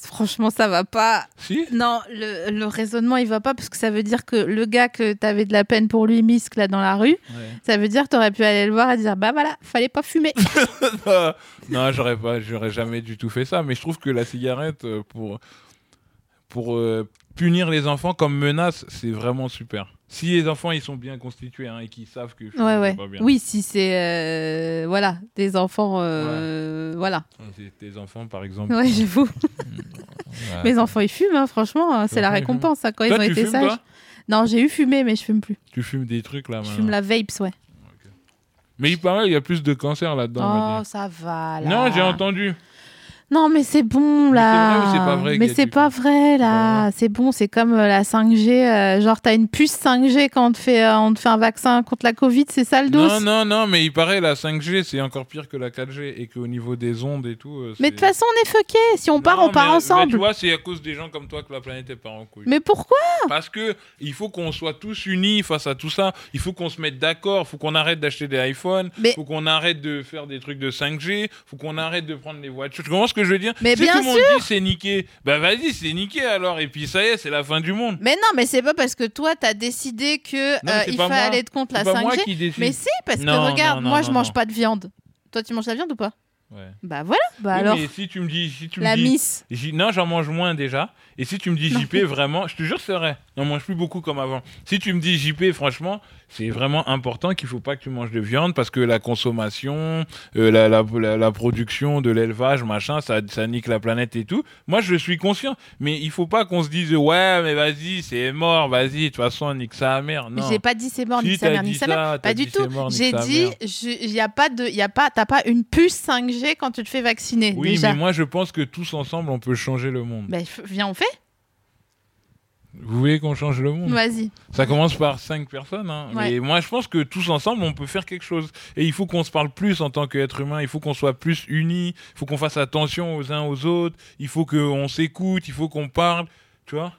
A: Franchement, ça va pas.
C: Si
A: Non, le, le raisonnement, il va pas parce que ça veut dire que le gars que t'avais de la peine pour lui, Misk, là, dans la rue, ça veut dire que t'aurais pu aller le voir et dire Bah voilà, fallait pas fumer.
C: Euh, non, j'aurais pas, j'aurais jamais du tout fait ça. Mais je trouve que la cigarette euh, pour pour euh, punir les enfants comme menace, c'est vraiment super. Si les enfants ils sont bien constitués hein, et qu'ils savent que fumer,
A: ouais,
C: c'est
A: ouais.
C: pas bien.
A: Oui, si c'est. euh, voilà, des enfants. euh, Voilà.
C: C'est Tes enfants par exemple.
A: Ouais, j'avoue.
C: Ouais.
A: Mes enfants, ils fument, hein, franchement, hein, c'est la
C: enfants, ils fument.
A: récompense hein, quand
C: Toi,
A: ils ont
C: tu
A: été
C: fumes,
A: sages.
C: toi Ah, bah
A: non, j'ai eu fumé, mais je fume plus.
C: Tu fumes des trucs là.
A: Je
C: maintenant.
A: fume la vapes, ouais.
C: Mais il paraît il y a plus de cancer là-dedans. on va
A: oh, ça va. Là.
C: dire. Non, j'ai entendu.
A: Non, mais c'est bon
C: Mais c'est vrai
A: là.
C: ou c'est pas vrai,
A: Mais
C: Gad,
A: c'est
C: du
A: pas
C: coup
A: vrai, là. C'est bon, c'est comme euh, la 5G. euh, genre, t'as une puce 5G quand on te fait, euh, on te fait un vaccin contre la Covid, c'est ça le dos
C: Non, non, non, mais il paraît la 5G, c'est encore pire que la 4G et qu'au niveau des ondes et tout. euh,
A: Mais de
C: c'est-
A: toute façon, on est fuckés. Si on
C: Non,
A: part, on
C: mais-
A: part
C: mais
A: ensemble.
C: tu vois, c'est à cause des gens comme toi que la planète est pas en couille.
A: mais pourquoi
C: Parce que il faut qu'on soit tous unis face à tout ça. Il faut qu'on se mette d'accord. Il faut qu'on arrête d'acheter des iPhones. Il
A: Mais-
C: faut qu'on arrête de faire des trucs de 5G. Il faut qu'on arrête de prendre les voitures. Tu comprends ce que je veux dire
A: Mais
C: Si
A: bien
C: tout le monde dit c'est niqué, bah vas-y, c'est niqué alors. Et puis ça y est, c'est la fin du monde.
A: Mais non, mais c'est pas parce que toi, t'as décidé que
C: mais
A: euh,
C: c'est
A: il
C: pas moi.
A: fallait être contre la
C: C'est pas moi
A: 5G.
C: qui décide.
A: Mais si, parce
C: Non,
A: que regarde,
C: non, non,
A: moi, je
C: non,
A: mange
C: non.
A: pas de viande. Toi, tu manges la viande ou pas
C: Ouais.
A: Bah voilà. Bah
C: Oui,
A: alors,
C: mais si tu me dis, si tu me
A: la
C: dis-
A: miss.
C: J- Non, j'en mange moins déjà. Et si tu me dis JP, vraiment, je te jure, c'est vrai. J'en mange plus beaucoup comme avant. Si tu me dis JP, franchement, c'est vraiment important qu'il faut pas que tu manges de viande parce que la consommation, euh, la, la- la- la production de l'élevage, machin, ça, ça nique la planète et tout. Moi, je suis conscient. Mais il faut pas qu'on se dise, ouais, mais vas-y, c'est mort, vas-y, de toute façon, nique sa mère. Non.
A: J'ai pas dit c'est mort,
C: Si,
A: ni sa
C: t'as
A: mère, ni
C: dit
A: sa mère.
C: ça, t'as
A: Pas du
C: dit
A: tout.
C: c'est mort, ni
A: J'ai
C: sa
A: dit,
C: mère.
A: il y a pas de, y a pas, t'as pas une puce 5G quand tu te fais vacciner.
C: Oui,
A: déjà.
C: mais moi, je pense que tous ensemble, on peut changer le monde.
A: Bah, f- viens, on fait
C: Vous voulez qu'on change le monde
A: Vas-y.
C: Ça commence par cinq personnes. Hein.
A: Ouais.
C: Mais moi, je pense que tous ensemble, on peut faire quelque chose. Et il faut qu'on se parle plus en tant qu'être humain. Il faut qu'on soit plus unis. Il faut qu'on fasse attention aux uns aux autres. Il faut qu'on s'écoute. Il faut qu'on parle. Tu vois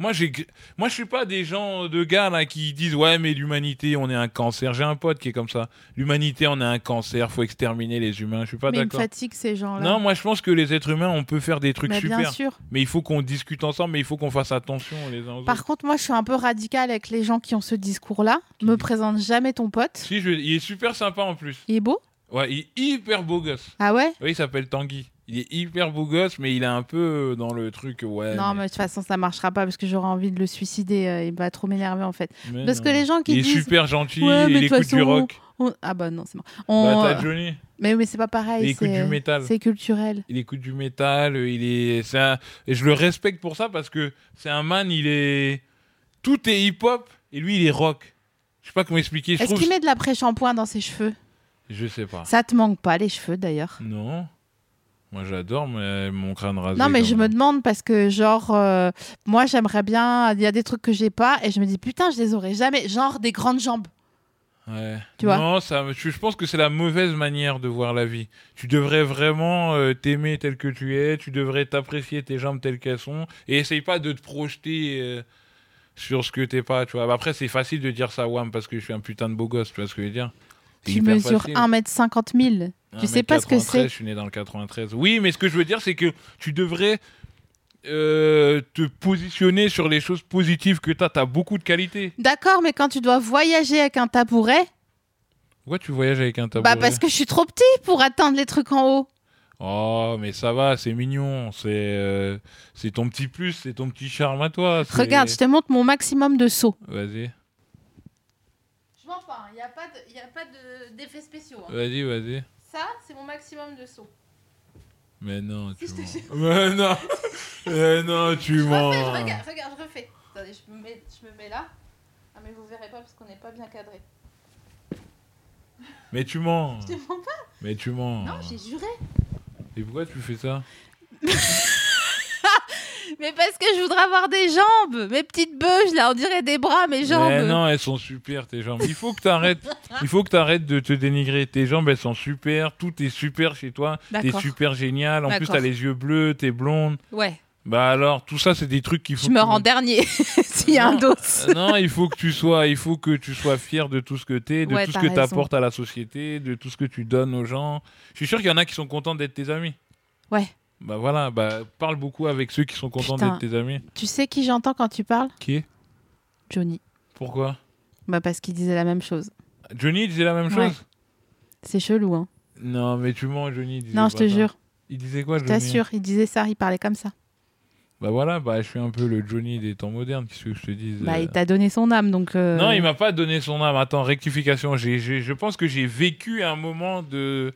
C: moi, j'ai, moi, je suis pas des gens de gars là qui disent ouais, mais l'humanité, on est un cancer. J'ai un pote qui est comme ça. L'humanité, on est un cancer. Faut exterminer les humains. Je suis pas
A: mais ils me
C: d'accord.
A: fatiguent ces gens-là.
C: Non, moi, je pense que les êtres humains, on peut faire des trucs
A: mais
C: super.
A: bien sûr.
C: Mais il faut qu'on discute ensemble. Mais il faut qu'on fasse attention les uns aux autres.
A: Par contre, moi, je suis un peu radicale avec les gens qui ont ce discours-là. Me présente jamais ton pote.
C: Si, je- il est super sympa en plus.
A: Il est beau
C: Ouais, il est hyper beau gosse.
A: Ah ouais
C: Oui, il s'appelle Tanguy. Il est hyper beau gosse, mais il est un peu euh, dans le truc, ouais.
A: Non, mais de toute façon, ça marchera pas parce que j'aurais envie de le suicider. euh, il va trop m'énerver en fait.
C: mais
A: parce
C: non.
A: que les gens qui
C: Il est
A: disent-
C: super gentil,
A: Ouais, mais
C: il
A: de
C: écoute
A: toute
C: du
A: façon,
C: rock.
A: On- Ah bah non, c'est mort.
C: Bah,
A: On-
C: t'as Johnny,
A: Mais, mais c'est pas
C: il
A: pareil.
C: écoute du
A: C'est
C: métal.
A: c'est culturel.
C: Il écoute du métal, euh, il est. c'est un- Et je le respecte pour ça parce que c'est un man, il est. Tout est hip-hop et lui, il est rock. Je sais pas comment expliquer, je
A: Est-ce
C: trouve. Ah.
A: qu'il met de l'après-shampoing dans ses cheveux
C: Je sais pas.
A: Ça te manque pas les cheveux d'ailleurs
C: Non. Moi, j'adore mais mon crâne rasé.
A: Non, mais
C: comme
A: je me demande parce que, genre, euh, moi, j'aimerais bien. Il y a des trucs que j'ai pas et je me dis, putain, je les aurais jamais. Genre, des grandes jambes.
C: Ouais.
A: Tu vois
C: Non, ça, me- je je pense que c'est la mauvaise manière de voir la vie. Tu devrais vraiment euh, t'aimer tel que tu es, tu devrais t'apprécier tes jambes telles qu'elles sont, et essaye pas de te projeter euh, sur ce que t'es pas, tu vois. Après, c'est facile de dire ça, Wam, parce que je suis un putain de beau gosse, tu vois ce que je veux dire C'est
A: Tu
C: hyper
A: mesures
C: facile.
A: 1m50 000. Tu sais pas ce que
C: 1m93,
A: c'est.
C: Je suis né dans le 93. Oui, mais ce que je veux dire, c'est que tu devrais euh, te positionner sur les choses positives que t'as. T'as beaucoup de qualités.
A: D'accord, mais quand tu dois voyager avec un tabouret,
C: Pourquoi tu voyages avec un tabouret
A: bah parce que je suis trop petit pour atteindre les trucs en haut.
C: Oh, mais ça va, c'est mignon. C'est euh, c'est ton petit plus, c'est ton petit charme à toi. c'est-
A: Regarde, je te montre mon maximum de sauts.
C: Vas-y,
A: Je m'en pas, hein. il n'y a pas d'effets spéciaux. hein.
C: vas-y, vas-y.
A: Ça, c'est mon maximum de sauts.
C: Mais non, tu
A: Si, je te jure.
C: mens. Mais non, mais non, tu mens.
A: regarde, je refais. Attendez, je me mets, je me mets là. Ah, mais vous verrez pas parce qu'on n'est pas bien cadré.
C: Mais tu mens.
A: mens pas.
C: Mais tu mens.
A: Ah, juré.
C: Et pourquoi tu fais ça
A: Mais parce que je voudrais avoir des jambes, mes petites beuges là, on dirait des bras, mes jambes.
C: Mais non, elles sont super tes jambes. Il faut que t'arrêtes. Il faut que t'arrêtes de te dénigrer. Tes jambes, elles sont super. Tout est super chez toi. T'es
A: D'accord.
C: super génial. En plus,
A: D'accord.
C: t'as les yeux bleus. T'es blonde.
A: Ouais,
C: Bah alors, tout ça, c'est des trucs qu'il faut.
A: je me
C: que tu
A: rends dernier s'il y a un
C: Non,
A: dos.
C: Euh, non, il faut que tu sois, il faut que tu sois fier de tout ce que t'es, de
A: Ouais,
C: tout ce
A: t'as
C: que
A: raison.
C: t'apportes à la société, de tout ce que tu donnes aux gens. Je suis sûr qu'il y en a qui sont contents d'être tes amis.
A: Ouais.
C: Bah voilà, bah parle beaucoup avec ceux qui sont contents
A: Putain.
C: d'être tes amis.
A: Tu sais qui j'entends quand tu parles
C: Qui est
A: Johnny.
C: Pourquoi
A: Bah parce qu'il disait la même chose.
C: Johnny disait la même
A: Ouais.
C: chose.
A: C'est chelou, hein.
C: Non, mais tu mens, Johnny. disait
A: Non, je
C: pas
A: te
C: ça.
A: jure,
C: Il disait quoi,
A: je
C: Johnny
A: t'assure, il disait ça, il parlait comme ça.
C: Bah voilà, bah je suis un peu le Johnny des temps modernes. Qu'est-ce que je te dis
A: Bah
C: euh,
A: il t'a donné son âme, donc... euh,
C: Non, il m'a pas donné son âme. Attends, rectification. J'ai, j'ai- je pense que j'ai vécu un moment de.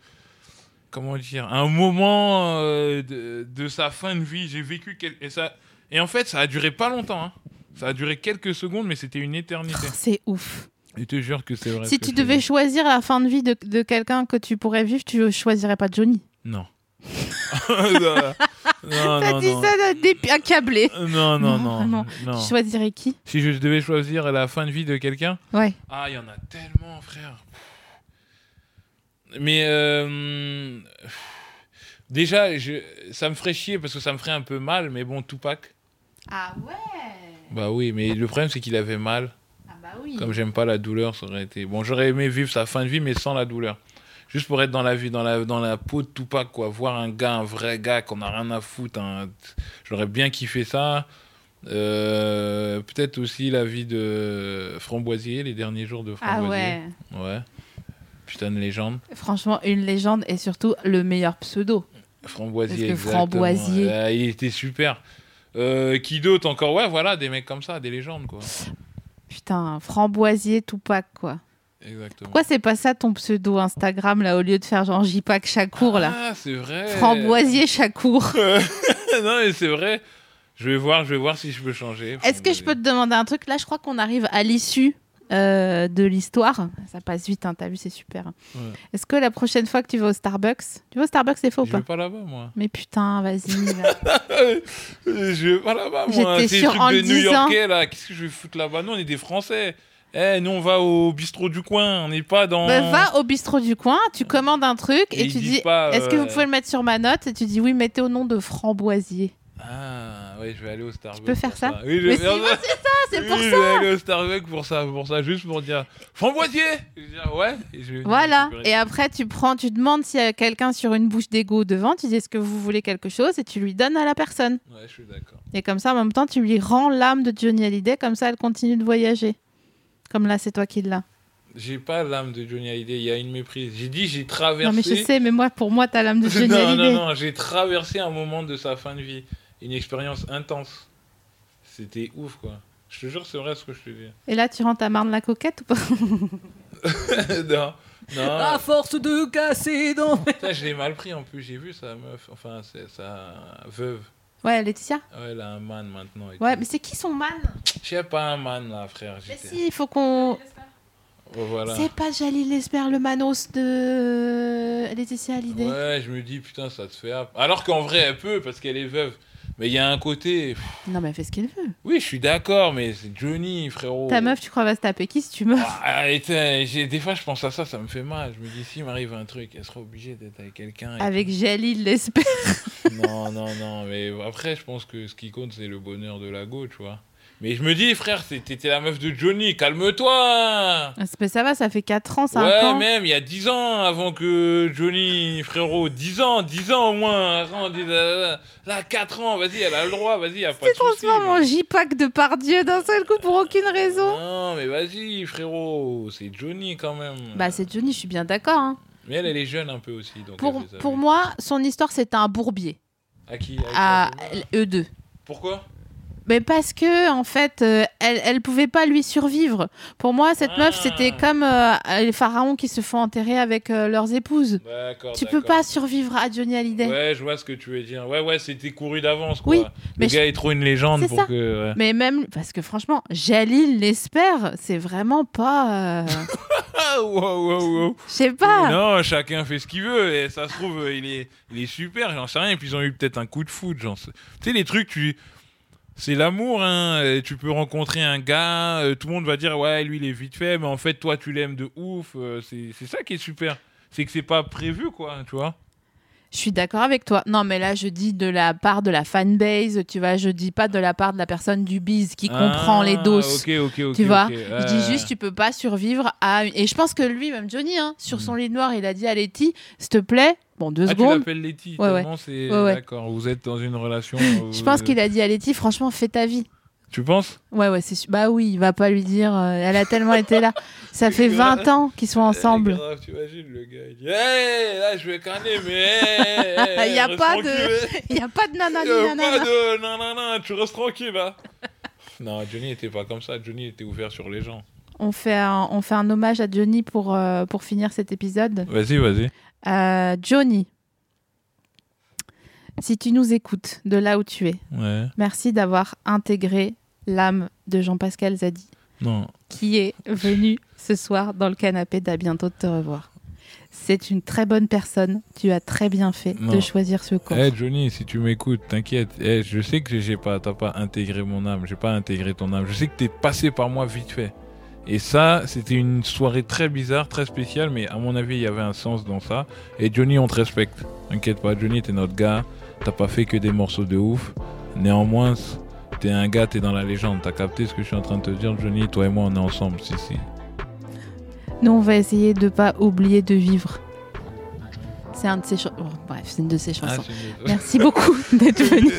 C: Comment dire Un moment euh, de, de sa fin de vie. J'ai vécu. quel- Et, ça... et en fait, ça a duré pas longtemps. hein. Ça a duré quelques secondes, mais c'était une éternité.
A: C'est ouf.
C: Je te jure que c'est vrai. ce
A: Si
C: que
A: tu
C: je te
A: devais
C: dis.
A: choisir la fin de vie de, de quelqu'un que tu pourrais vivre, tu choisirais pas Johnny.
C: Non. Voilà. non,
A: T'as
C: non,
A: dit
C: non.
A: ça d'un dé- un câblé.
C: Non, non, non.
A: vraiment.
C: non.
A: Tu choisirais qui
C: Si je devais choisir la fin de vie de quelqu'un,
A: Ouais.
C: ah, il y en a tellement, frère. Mais euh, déjà, je, ça me ferait chier parce que ça me ferait un peu mal, mais bon, Tupac.
A: Ah ouais
C: Bah oui, mais le problème c'est qu'il avait mal.
A: Ah bah oui.
C: Comme j'aime pas la douleur, ça aurait été. Bon, j'aurais aimé vivre sa fin de vie, mais sans la douleur. Juste pour être dans la vie, dans la, dans la peau de Tupac, quoi. Voir un gars, un vrai gars, qu'on a rien à foutre. hein. J'aurais bien kiffé ça. Euh, Peut-être aussi la vie de Framboisier, les derniers jours de
A: Ah
C: Framboisier.
A: ouais.
C: ouais. Ouais. Putain de légende.
A: Franchement, une légende et surtout le meilleur pseudo. Parce
C: Framboisier,
A: que
C: exactement.
A: Framboisier.
C: Euh, il était super. Euh, qui d'autre encore Ouais, voilà, des mecs comme ça, des légendes, quoi.
A: Putain, framboisier Tupac, quoi.
C: Exactement.
A: Pourquoi c'est pas ça ton pseudo Instagram, là, au lieu de faire genre J-Pac Chakour, là
C: Ah, c'est vrai.
A: Framboisier Chakour.
C: non, mais c'est vrai. Je vais voir, je vais voir si je peux changer.
A: Est-ce que je peux te demander un truc Là, je crois qu'on arrive à l'issue euh, de l'histoire. Ça passe vite, hein, t'as vu, c'est super.
C: Ouais.
A: Est-ce que la prochaine fois que tu vas au Starbucks, tu vas au Starbucks, c'est faux ou
C: Je
A: pas
C: vais pas là-bas, moi. Euh,
A: Mais putain, vas-y. là.
C: Je vais pas là-bas, moi.
A: J'étais
C: C'est
A: sûre
C: le
A: en
C: truc
A: le
C: de
A: disant.
C: New-Yorkais, là. Qu'est-ce que je vais foutre là-bas Nous, on est des Français. Eh, nous, on va au bistrot du coin. On n'est pas dans.
A: Bah, va au bistrot du coin, tu commandes un truc
C: Et
A: et,
C: ils
A: tu
C: disent
A: dis
C: pas,
A: Est-ce que
C: euh,
A: vous pouvez le mettre sur ma note Et tu dis Oui, mettez au nom de Framboisier.
C: Ah, ouais, je vais aller au Starbucks.
A: peux faire
C: pour
A: ça
C: Oui, je
A: Mais
C: vais
A: si,
C: faire
A: moi,
C: ça.
A: c'est ça, c'est
C: Oui,
A: pour
C: je
A: ça.
C: vais aller au Starbucks pour ça, pour ça, juste pour dire Framboisier Je vais dire ouais. et je vais venir
A: Voilà.
C: récupérer.
A: Et après, tu prends, tu demandes s'il y a quelqu'un sur une bouche d'égo devant, tu dis Est-ce que vous voulez quelque chose Et tu lui donnes à la personne.
C: Ouais, je suis d'accord.
A: Et comme ça, en même temps, tu lui rends l'âme de Johnny Hallyday, comme ça, elle continue de voyager. Comme là, c'est toi qui l'as.
C: J'ai pas l'âme de Johnny Hallyday, il y a une méprise. J'ai dit, j'ai traversé.
A: Non, mais je sais, mais moi, pour moi, t'as l'âme de Johnny
C: non,
A: Hallyday.
C: non, non, j'ai traversé un moment de sa fin de vie. Une expérience intense. C'était ouf, quoi. Je te jure, c'est vrai ce que je te dis.
A: Et là, tu rentres à Marne la Coquette ou pas
C: non,
A: Ah,
C: non.
E: force de casser dans.
C: Putain, je l'ai mal pris en plus. J'ai vu sa meuf, enfin, c'est- sa veuve.
A: Ouais, Laetitia
C: Ouais, elle a un man maintenant. et
A: Ouais,
C: tout.
A: mais c'est qui son man
C: Je sais pas un man là, frère.
A: Mais
C: j'étais-
A: si, il faut qu'on.
C: Oh, voilà.
A: C'est pas Jalil Esper, le manos de euh, Laetitia Hallyday.
C: Ouais, je me dis, putain, ça se fait. app- Alors qu'en vrai, elle peut parce qu'elle est veuve. Mais il y a un côté. pff,
A: Non, mais elle fait ce qu'elle veut.
C: Oui, je suis d'accord, mais c'est Johnny, frérot.
A: Ta meuf, tu crois, va se taper qui si tu meuf
C: Ah, et t'as- j'ai- des fois, je pense à ça, ça me fait mal. Je me dis, s'il m'arrive un truc, elle sera obligée d'être avec quelqu'un. et
A: Avec Jalil Esper.
C: tout. Non, non, non. Mais après, je pense que ce qui compte, c'est le bonheur de la go, tu vois. Mais je me dis, frère, c'est- t'étais la meuf de Johnny, calme-toi hein.
A: Mais Ah, ça va, ça fait 4 ans, 5
C: Ouais,
A: ans.
C: même, il y a 10 ans avant que Johnny, frérot, 10 ans, 10 ans au moins. Attends, on dit, Là, là, là, 4 ans, vas-y, elle a le droit, vas-y, y a pas de
A: Tu
C: souci.
A: transformes en J-Pac de Pardieu d'un seul coup pour aucune raison.
C: Non, mais vas-y, frérot, c'est Johnny quand même.
A: Bah, c'est Johnny, je suis bien d'accord. hein.
C: Mais elle, elle est jeune un peu aussi. Donc elle
A: Pour,
C: fait ça,
A: pour
C: oui.
A: moi, son histoire, c'était un bourbier
C: À qui À qui
A: à
C: la
A: l-
C: première
A: eux deux.
C: Pourquoi
A: Mais parce que en fait, euh, elle, elle pouvait pas lui survivre. Pour moi, cette
C: Ah.
A: meuf, c'était comme euh, les pharaons qui se font enterrer avec euh, leurs épouses.
C: D'accord.
A: Tu peux
C: d'accord.
A: pas survivre à Johnny Hallyday.
C: Ouais, je vois ce que tu veux dire. Ouais, ouais, c'était couru d'avance.
A: Oui,
C: quoi. Le
A: mais
C: gars est trop une légende
A: C'est
C: pour
A: ça.
C: que. ouais.
A: Mais même parce que franchement, Jalil l'espère, c'est vraiment pas. euh,
C: Ah, wow, wow, wow.
A: Je sais pas.
C: Non, chacun fait ce qu'il veut. Et ça se trouve, euh, il est, il est super. J'en sais rien. Et puis ils ont eu peut-être un coup de foot. Genre, c'est- tu sais, les trucs, tu. C'est l'amour, hein. euh, Tu peux rencontrer un gars, euh, tout le monde va dire ouais, lui il est vite fait, mais en fait toi tu l'aimes de ouf. euh, c'est c'est ça qui est super, c'est que c'est pas prévu quoi, tu vois.
A: Je suis d'accord avec toi. Non, mais là, je dis de la part de la fanbase, tu vois, je dis pas de la part de la personne du biz qui comprend
C: Ah,
A: les doses.
C: ok, ok, ok,
A: Tu vois,
C: ok,
A: Je
C: ouais.
A: dis juste, tu peux pas survivre à. une- Et je pense que lui, même Johnny, hein, sur son lit noir, il a dit à Letty, s'il te plaît, bon, deux
C: Mm. Ah, tu
A: secondes.
C: l'appelles Letty,
A: Ouais,
C: tellement c'est...
A: Ouais, ouais.
C: D'accord, vous êtes dans une relation... euh,
A: Je pense qu'il a dit à Letty, franchement, fais ta vie.
C: Tu penses
A: Ouais, ouais, c'est su- Bah oui, il va pas lui dire. euh, elle a tellement été là. Ça fait 20 ans qu'ils
C: Eh,
A: sont ensemble.
C: grave, tu imagines, le gars, il dit « Hey, là, je vais canner, mais... hey, hey,
A: Il Ah, y a
C: reste
A: pas de-
C: tranquille,
A: Il n'y a pas de
C: hein.
A: nanani
C: Il Euh, y a
A: nanana.
C: pas de... Non, non, non, tu restes tranquille, là. Non, Johnny était pas comme ça. Johnny était ouvert sur les gens.
A: On fait, un, on fait un hommage à Johnny pour, euh, pour finir cet épisode.
C: Vas-y, vas-y.
A: Euh, Johnny, si tu nous écoutes de là où tu es,
C: Ouais.
A: merci d'avoir intégré l'âme de Jean-Pascal Zadi.
C: Non.
A: qui est venu ce soir dans le canapé d'À bientôt de te revoir. C'est une très bonne personne. Tu as très bien fait de
C: Non.
A: choisir ce
C: Eh
A: corps.
C: Johnny, si tu m'écoutes, t'inquiète. Eh, je sais que j'ai- j'ai pas, t'as pas intégré mon âme, j'ai pas intégré ton âme. Je sais que t'es passé par moi vite fait. Et ça, c'était une soirée très bizarre, très spéciale, mais à mon avis, il y avait un sens dans ça. Et Johnny, on te respecte. T'inquiète pas, Johnny, t'es notre gars. T'as pas fait que des morceaux de ouf. Néanmoins, t'es un gars, t'es dans la légende. T'as capté ce que je suis en train de te dire, Johnny Toi et moi, on est ensemble, si, si.
A: Nous, on va essayer de pas oublier de vivre. C'est un de ses chansons. bref, c'est une de
C: Ah,
A: ses chansons. Merci beaucoup d'être venu.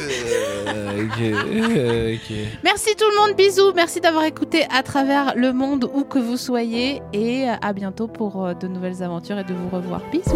C: Euh, ok, euh, ok.
A: Merci tout le monde, bisous. Merci d'avoir écouté à travers le monde où que vous soyez et euh, à bientôt pour euh, de nouvelles aventures et de vous revoir. Bisous.